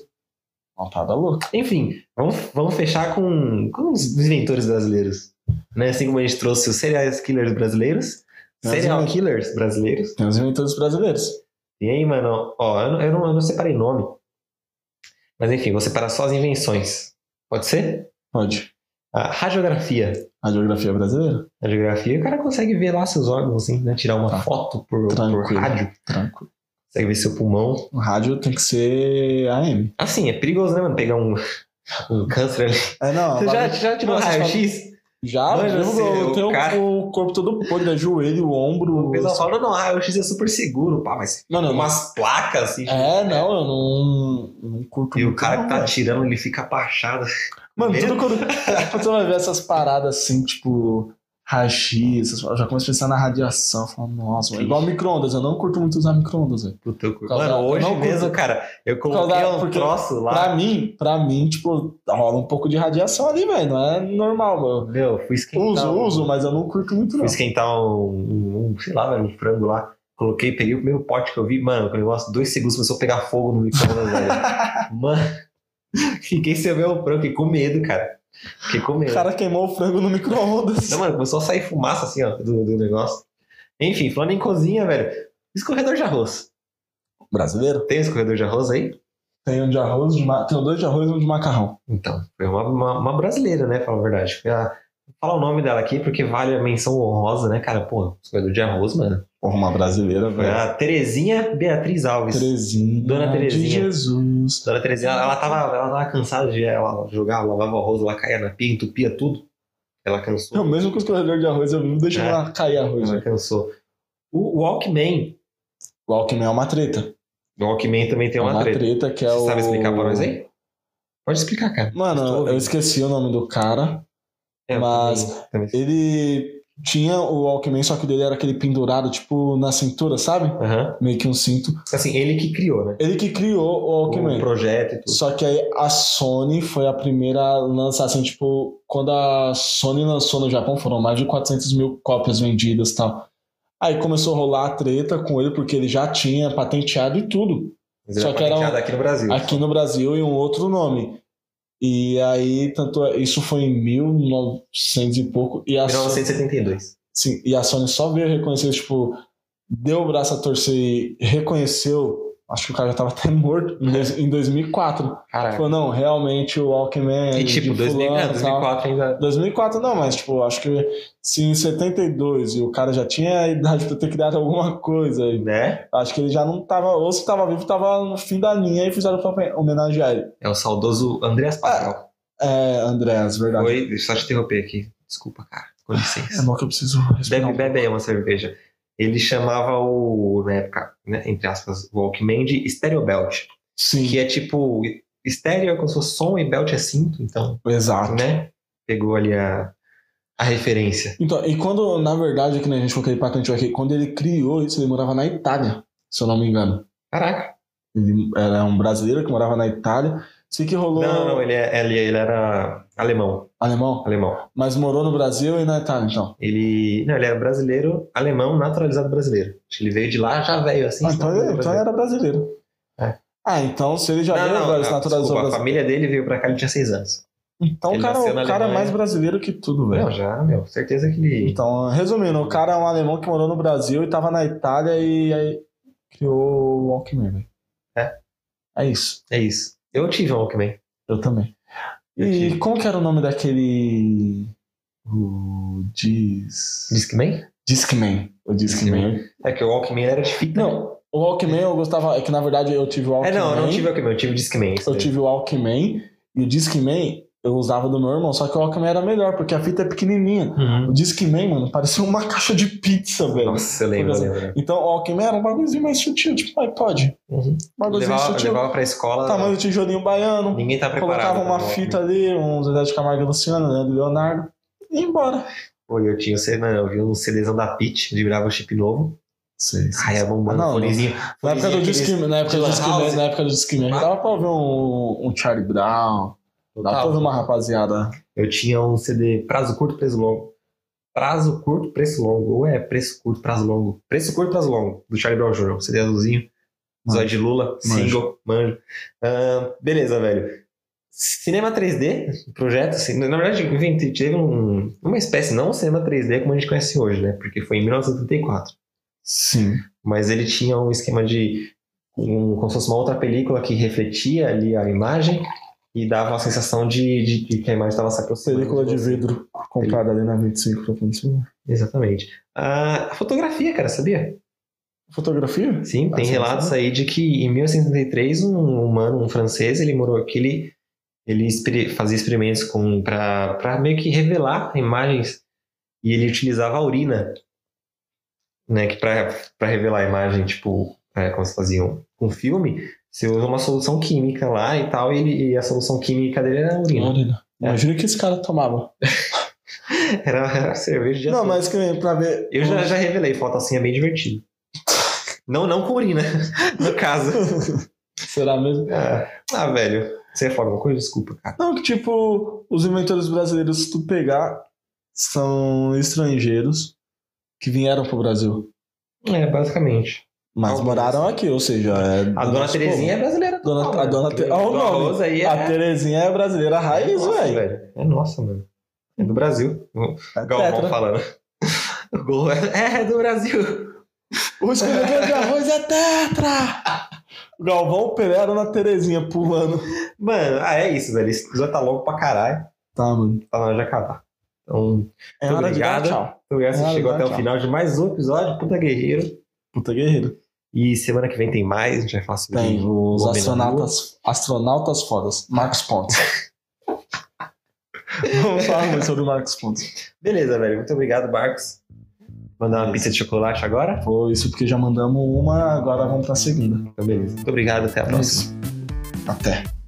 [SPEAKER 3] Montada louca.
[SPEAKER 2] Enfim, vamos, vamos fechar com, com os inventores brasileiros. Né? Assim como a gente trouxe os serial killers brasileiros,
[SPEAKER 3] Mas
[SPEAKER 2] serial
[SPEAKER 3] não.
[SPEAKER 2] killers brasileiros.
[SPEAKER 3] Tem os inventores brasileiros.
[SPEAKER 2] E aí, mano, ó, eu não, eu não, eu não separei nome. Mas enfim, vou separar só as invenções. Pode ser?
[SPEAKER 3] Pode.
[SPEAKER 2] A radiografia.
[SPEAKER 3] Radiografia brasileira?
[SPEAKER 2] A radiografia, o cara consegue ver lá seus órgãos, assim, né? Tirar uma
[SPEAKER 3] Tá.
[SPEAKER 2] foto por, por
[SPEAKER 3] Tranquilo.
[SPEAKER 2] rádio.
[SPEAKER 3] Tranquilo.
[SPEAKER 2] Consegue ver seu pulmão.
[SPEAKER 3] O rádio tem que ser AM.
[SPEAKER 2] Assim, é perigoso, né, mano? Pegar um, um câncer ali.
[SPEAKER 3] É, não. é tipo,
[SPEAKER 2] Você já, já tirou
[SPEAKER 3] Nossa,
[SPEAKER 2] raio-x?
[SPEAKER 3] Já,
[SPEAKER 2] Manja,
[SPEAKER 3] eu,
[SPEAKER 2] você-
[SPEAKER 3] eu
[SPEAKER 2] o
[SPEAKER 3] tenho
[SPEAKER 2] cara-
[SPEAKER 3] o corpo todo podre, joelho,
[SPEAKER 2] O
[SPEAKER 3] ombro.
[SPEAKER 2] pessoal fala, não, ah, o X é super seguro, pá, mas
[SPEAKER 3] Mano, eu não-
[SPEAKER 2] umas placas assim.
[SPEAKER 3] É, não, eu não, não curto
[SPEAKER 2] E o
[SPEAKER 3] muito,
[SPEAKER 2] cara
[SPEAKER 3] não,
[SPEAKER 2] que tá
[SPEAKER 3] velho.
[SPEAKER 2] atirando, ele fica abaixado.
[SPEAKER 3] Mano,
[SPEAKER 2] Medo.
[SPEAKER 3] tudo quando, quando você vai ver essas paradas assim, tipo, rachi, essas- eu já começo a pensar na radiação. eu falo, nossa, mano,
[SPEAKER 2] Sim.
[SPEAKER 3] igual micro-ondas, eu não curto muito usar micro-ondas, velho.
[SPEAKER 2] Pro teu corpo.
[SPEAKER 3] Por causa-
[SPEAKER 2] Mano, hoje
[SPEAKER 3] não, por-
[SPEAKER 2] mesmo, cara, eu coloquei
[SPEAKER 3] causa-
[SPEAKER 2] um
[SPEAKER 3] porque-
[SPEAKER 2] troço lá.
[SPEAKER 3] Pra mim, pra mim, tipo, rola um pouco de radiação ali, velho. Não é normal, mano.
[SPEAKER 2] Meu, fui esquentar.
[SPEAKER 3] Uso,
[SPEAKER 2] um-
[SPEAKER 3] uso, mas eu não curto muito,
[SPEAKER 2] Fui
[SPEAKER 3] não.
[SPEAKER 2] esquentar um, um- um, sei lá, velho, um frango lá. Coloquei, peguei o primeiro pote que eu vi, mano, o negócio, dois segundos começou a pegar fogo no micro-ondas, velho. Mano, fiquei sem ver o frango, fiquei com medo, cara. Fiquei com medo.
[SPEAKER 3] O cara queimou o frango no micro-ondas.
[SPEAKER 2] Não, mano, começou a sair fumaça assim, ó, do, do negócio. Enfim, falando em cozinha, velho. Escorredor de arroz.
[SPEAKER 3] Brasileiro?
[SPEAKER 2] Tem um escorredor de arroz aí?
[SPEAKER 3] Tem um de arroz, de ma... tem dois de arroz e um de macarrão.
[SPEAKER 2] Então, foi uma, uma, uma brasileira, né? Fala a verdade. Foi a- Vou falar o nome dela aqui porque vale a menção honrosa, né, cara? Pô, escorredor de arroz, mano.
[SPEAKER 3] Porra, uma brasileira,
[SPEAKER 2] Foi
[SPEAKER 3] velho.
[SPEAKER 2] a Terezinha Beatriz Alves.
[SPEAKER 3] Terezinha.
[SPEAKER 2] Ah, Dona Terezinha.
[SPEAKER 3] De Jesus.
[SPEAKER 2] Dona Terezinha, ela, ela, tava, ela tava cansada de ela jogava, lavava o arroz, ela caía na pia, entupia tudo. Ela cansou.
[SPEAKER 3] Eu É mesmo com os corredores de arroz, eu vivo deixando
[SPEAKER 2] É.
[SPEAKER 3] ela cair arroz, né?
[SPEAKER 2] Ela
[SPEAKER 3] velho.
[SPEAKER 2] cansou. O Walkman.
[SPEAKER 3] O Alckmin é uma treta.
[SPEAKER 2] O Walkman também tem
[SPEAKER 3] É
[SPEAKER 2] uma, treta.
[SPEAKER 3] que é
[SPEAKER 2] Você
[SPEAKER 3] o.
[SPEAKER 2] sabe explicar pra nós aí? Pode explicar, cara. Estou
[SPEAKER 3] Mano,
[SPEAKER 2] ouvindo.
[SPEAKER 3] eu esqueci o nome do cara,
[SPEAKER 2] É,
[SPEAKER 3] mas
[SPEAKER 2] também- também-
[SPEAKER 3] ele tinha o Walkman, só que dele era aquele pendurado, tipo, na cintura, sabe?
[SPEAKER 2] Aham.
[SPEAKER 3] Meio que um cinto.
[SPEAKER 2] Assim, ele que criou, né?
[SPEAKER 3] Ele que criou o
[SPEAKER 2] O
[SPEAKER 3] Walkman.
[SPEAKER 2] projeto e tudo.
[SPEAKER 3] Só que aí a Sony foi a primeira a lançar, assim, tipo, quando a Sony lançou no Japão, foram mais de 400 mil cópias vendidas e tal. Aí começou a rolar a treta com ele, porque ele já tinha patenteado e tudo.
[SPEAKER 2] Mas ele
[SPEAKER 3] só
[SPEAKER 2] é
[SPEAKER 3] que era um-
[SPEAKER 2] patenteado aqui no Brasil.
[SPEAKER 3] aqui no Brasil e um outro nome. E aí, tanto é- isso foi em 1900 e pouco. E a, Sony,
[SPEAKER 2] 1972.
[SPEAKER 3] sim, e a Sony só veio reconhecer, tipo, deu o braço a torcer e reconheceu. Acho que o cara já tava até morto em dois- em 2004.
[SPEAKER 2] Caraca.
[SPEAKER 3] Falou, não, realmente o Walkman.
[SPEAKER 2] E
[SPEAKER 3] de
[SPEAKER 2] tipo, 2000,
[SPEAKER 3] fulano
[SPEAKER 2] é,
[SPEAKER 3] É. e tal."
[SPEAKER 2] 2004 ainda.
[SPEAKER 3] 2004 não, mas tipo, acho que se em 72 e o cara já tinha a idade pra ter criado alguma coisa e
[SPEAKER 2] Né?
[SPEAKER 3] Acho que ele já não tava, ou se tava vivo, tava no fim da linha e fizeram pra homenagear ele.
[SPEAKER 2] É o saudoso Andreas Pascal.
[SPEAKER 3] É, Andréas, verdade.
[SPEAKER 2] Oi, deixa eu só te interromper aqui. Desculpa, cara. Com
[SPEAKER 3] É
[SPEAKER 2] licença.
[SPEAKER 3] bom que eu preciso respirar. um
[SPEAKER 2] Bebe, bebe aí uma cerveja. Ele chamava o, na época, né, entre aspas, Walkman de Stereo Belt.
[SPEAKER 3] Sim,
[SPEAKER 2] Que é tipo, estéreo é como se fosse som e belt é cinto, então,
[SPEAKER 3] exato.
[SPEAKER 2] né? Pegou ali a, a referência.
[SPEAKER 3] Então, e quando, na verdade, é que nem a gente falou que ele patenteou aqui, quando ele criou isso, ele morava na Itália, se eu não me engano.
[SPEAKER 2] Caraca.
[SPEAKER 3] Ele era um brasileiro que morava na Itália. Sei que rolou
[SPEAKER 2] Não, não, não, ele, é- ele, ele era alemão.
[SPEAKER 3] alemão,
[SPEAKER 2] Alemão.
[SPEAKER 3] mas morou no Brasil e na Itália, então.
[SPEAKER 2] Ele. Não, ele é brasileiro, alemão, naturalizado brasileiro. Acho que ele veio de lá, já veio assim.
[SPEAKER 3] Ah, então,
[SPEAKER 2] naturalizado
[SPEAKER 3] ele, então ele
[SPEAKER 2] brasileiro.
[SPEAKER 3] era brasileiro.
[SPEAKER 2] É.
[SPEAKER 3] Ah, então se ele já
[SPEAKER 2] Não,
[SPEAKER 3] veio
[SPEAKER 2] não,
[SPEAKER 3] agora,
[SPEAKER 2] não,
[SPEAKER 3] se naturalizou
[SPEAKER 2] desculpa, a
[SPEAKER 3] brasileiro.
[SPEAKER 2] família dele veio pra cá, ele tinha seis anos.
[SPEAKER 3] Então o
[SPEAKER 2] ele
[SPEAKER 3] cara,
[SPEAKER 2] nasceu
[SPEAKER 3] o
[SPEAKER 2] na
[SPEAKER 3] cara é
[SPEAKER 2] Alemanha.
[SPEAKER 3] mais brasileiro que tudo, velho.
[SPEAKER 2] Não, já, meu, certeza que ele.
[SPEAKER 3] Então, resumindo, o cara é um alemão que morou no Brasil e tava na Itália e aí criou o Walkman, velho.
[SPEAKER 2] É.
[SPEAKER 3] É isso.
[SPEAKER 2] É isso. Eu tive um Walkman.
[SPEAKER 3] Eu também.
[SPEAKER 2] Eu
[SPEAKER 3] e
[SPEAKER 2] tive.
[SPEAKER 3] como que era o nome daquele. O. Dis.
[SPEAKER 2] Discman?
[SPEAKER 3] Discman. O Discman.
[SPEAKER 2] É que o Walkman era de fita.
[SPEAKER 3] Não, o Walkman eu gostava. É que na verdade eu tive o
[SPEAKER 2] É,
[SPEAKER 3] Walkman.
[SPEAKER 2] não, eu não tive Walkman, eu tive Discman. isso
[SPEAKER 3] Eu
[SPEAKER 2] daí.
[SPEAKER 3] tive o Walkman e o Discman eu usava do meu irmão, só que o Walkman era melhor, porque a fita é pequenininha.
[SPEAKER 2] Uhum.
[SPEAKER 3] O Discman, mano, parecia uma caixa de pizza, velho.
[SPEAKER 2] Nossa, eu lembro, eu lembro.
[SPEAKER 3] Então, o Walkman era um bagulhozinho mais sutil, tipo iPod.
[SPEAKER 2] Uhum.
[SPEAKER 3] Um bagulhozinho
[SPEAKER 2] Levava,
[SPEAKER 3] sutil.
[SPEAKER 2] levava pra escola.
[SPEAKER 3] Tamanho do tijolinho baiano.
[SPEAKER 2] Ninguém tá preparado.
[SPEAKER 3] Tá, Colocava uma
[SPEAKER 2] pro Walkman.
[SPEAKER 3] fita ali, um Zé de Camargo e Luciano, Leandro e Leonardo. E ia embora.
[SPEAKER 2] Pô, eu tinha, sei, mano, eu vi um CDzão da Pitch, liberava o chip novo.
[SPEAKER 3] Sei, sei.
[SPEAKER 2] Ai, é bombando,
[SPEAKER 3] Ah, não,
[SPEAKER 2] fonezinho.
[SPEAKER 3] Na época do
[SPEAKER 2] Aqueles-
[SPEAKER 3] Discman, na época do
[SPEAKER 2] de lan
[SPEAKER 3] Discman,
[SPEAKER 2] house.
[SPEAKER 3] na época do Discman,
[SPEAKER 2] Ah.
[SPEAKER 3] dava pra ouvir um, um Charlie Brown, dava pra
[SPEAKER 2] Total.
[SPEAKER 3] ouvir uma rapaziada.
[SPEAKER 2] Eu tinha um CD prazo curto, preço longo. Prazo curto, preço longo. Ou é preço curto, prazo longo. Preço curto, prazo longo. Do Charlie Brown Jr. Um CD azulzinho.
[SPEAKER 3] Manjo.
[SPEAKER 2] Zóio de Lula.
[SPEAKER 3] Manjo.
[SPEAKER 2] Single. Manjo. Ahn, beleza, velho. Cinema 3D, projeto, assim, na verdade, enfim, teve um- uma espécie, não um cinema 3D como a gente conhece hoje, né? Porque foi em 1934.
[SPEAKER 3] Sim.
[SPEAKER 2] mas ele tinha um esquema de um, como se fosse uma outra película que refletia ali a imagem e dava a sensação de, de- de que a imagem estava se aproximando.
[SPEAKER 3] Película de
[SPEAKER 2] você.
[SPEAKER 3] vidro comprada ali na 25 pra funcionar.
[SPEAKER 2] Exatamente. Ah, a fotografia, cara, sabia?
[SPEAKER 3] Fotografia?
[SPEAKER 2] Sim,
[SPEAKER 3] Ah,
[SPEAKER 2] tem
[SPEAKER 3] sim,
[SPEAKER 2] relatos aí de que em 1963 um humano, um francês, ele morou aqui, ele, ele experi- fazia experimentos com para meio que revelar imagens e ele utilizava a urina, né, que para revelar a imagem, tipo, é, como se fazia um, um filme, você usa uma solução química lá e tal, e, ele- e a solução química dele era a urina.
[SPEAKER 3] Imagina.
[SPEAKER 2] É.
[SPEAKER 3] né? Imagina o que esse cara tomava.
[SPEAKER 2] Era, era cerveja de
[SPEAKER 3] Não,
[SPEAKER 2] açúcar.
[SPEAKER 3] mas que nem pra ver.
[SPEAKER 2] Eu já, já revelei foto assim, é bem divertido. Não, não com urina, no caso.
[SPEAKER 3] um, Será mesmo?
[SPEAKER 2] Ah,
[SPEAKER 3] É.
[SPEAKER 2] ah, velho. Você ia falar alguma coisa? Desculpa, cara.
[SPEAKER 3] Não, que tipo, os inventores brasileiros, se tu pegar, são estrangeiros que vieram pro Brasil.
[SPEAKER 2] É, basicamente.
[SPEAKER 3] Mas
[SPEAKER 2] Alguns.
[SPEAKER 3] moraram aqui, ou seja, é
[SPEAKER 2] A
[SPEAKER 3] do
[SPEAKER 2] dona
[SPEAKER 3] nosso
[SPEAKER 2] Terezinha é brasileira.
[SPEAKER 3] Dona-
[SPEAKER 2] total,
[SPEAKER 3] a
[SPEAKER 2] né?
[SPEAKER 3] dona Te- Olha o
[SPEAKER 2] Dona
[SPEAKER 3] nome.
[SPEAKER 2] Rosa aí
[SPEAKER 3] povo.
[SPEAKER 2] é...
[SPEAKER 3] A Terezinha é brasileira
[SPEAKER 2] é
[SPEAKER 3] raiz,
[SPEAKER 2] nossa,
[SPEAKER 3] velho.
[SPEAKER 2] É nossa, mano. É do Brasil. O
[SPEAKER 3] É
[SPEAKER 2] Galvão
[SPEAKER 3] tetra.
[SPEAKER 2] falando. O gol é... é do Brasil.
[SPEAKER 3] O escolhedor de arroz é tetra! Galvão Pelé era na Terezinha pulando.
[SPEAKER 2] Mano, ah, é isso, velho. Esse episódio tá longo pra caralho.
[SPEAKER 3] Tá, mano.
[SPEAKER 2] Tá na hora de acabar. Então, muito
[SPEAKER 3] É
[SPEAKER 2] Muito
[SPEAKER 3] hora de dar
[SPEAKER 2] obrigado.
[SPEAKER 3] tchau.
[SPEAKER 2] obrigado que
[SPEAKER 3] Ah,
[SPEAKER 2] você chegou
[SPEAKER 3] legal,
[SPEAKER 2] até o
[SPEAKER 3] tchau.
[SPEAKER 2] final de mais um episódio. Puta Guerreiro.
[SPEAKER 3] Puta guerreiro.
[SPEAKER 2] E semana que vem tem mais. A gente vai falar sobre...
[SPEAKER 3] Tem os
[SPEAKER 2] Boa
[SPEAKER 3] astronautas, astronautas fodas. Marcos Pontes. Vamos falar muito sobre o Marcos Pontes.
[SPEAKER 2] Beleza, velho. Muito obrigado, Marcos. Mandar uma pizza de chocolate agora.
[SPEAKER 3] Foi isso porque já mandamos uma, agora vamos pra segunda.
[SPEAKER 2] Então, beleza. Muito obrigado. Até a
[SPEAKER 3] É
[SPEAKER 2] próxima.
[SPEAKER 3] isso. Até.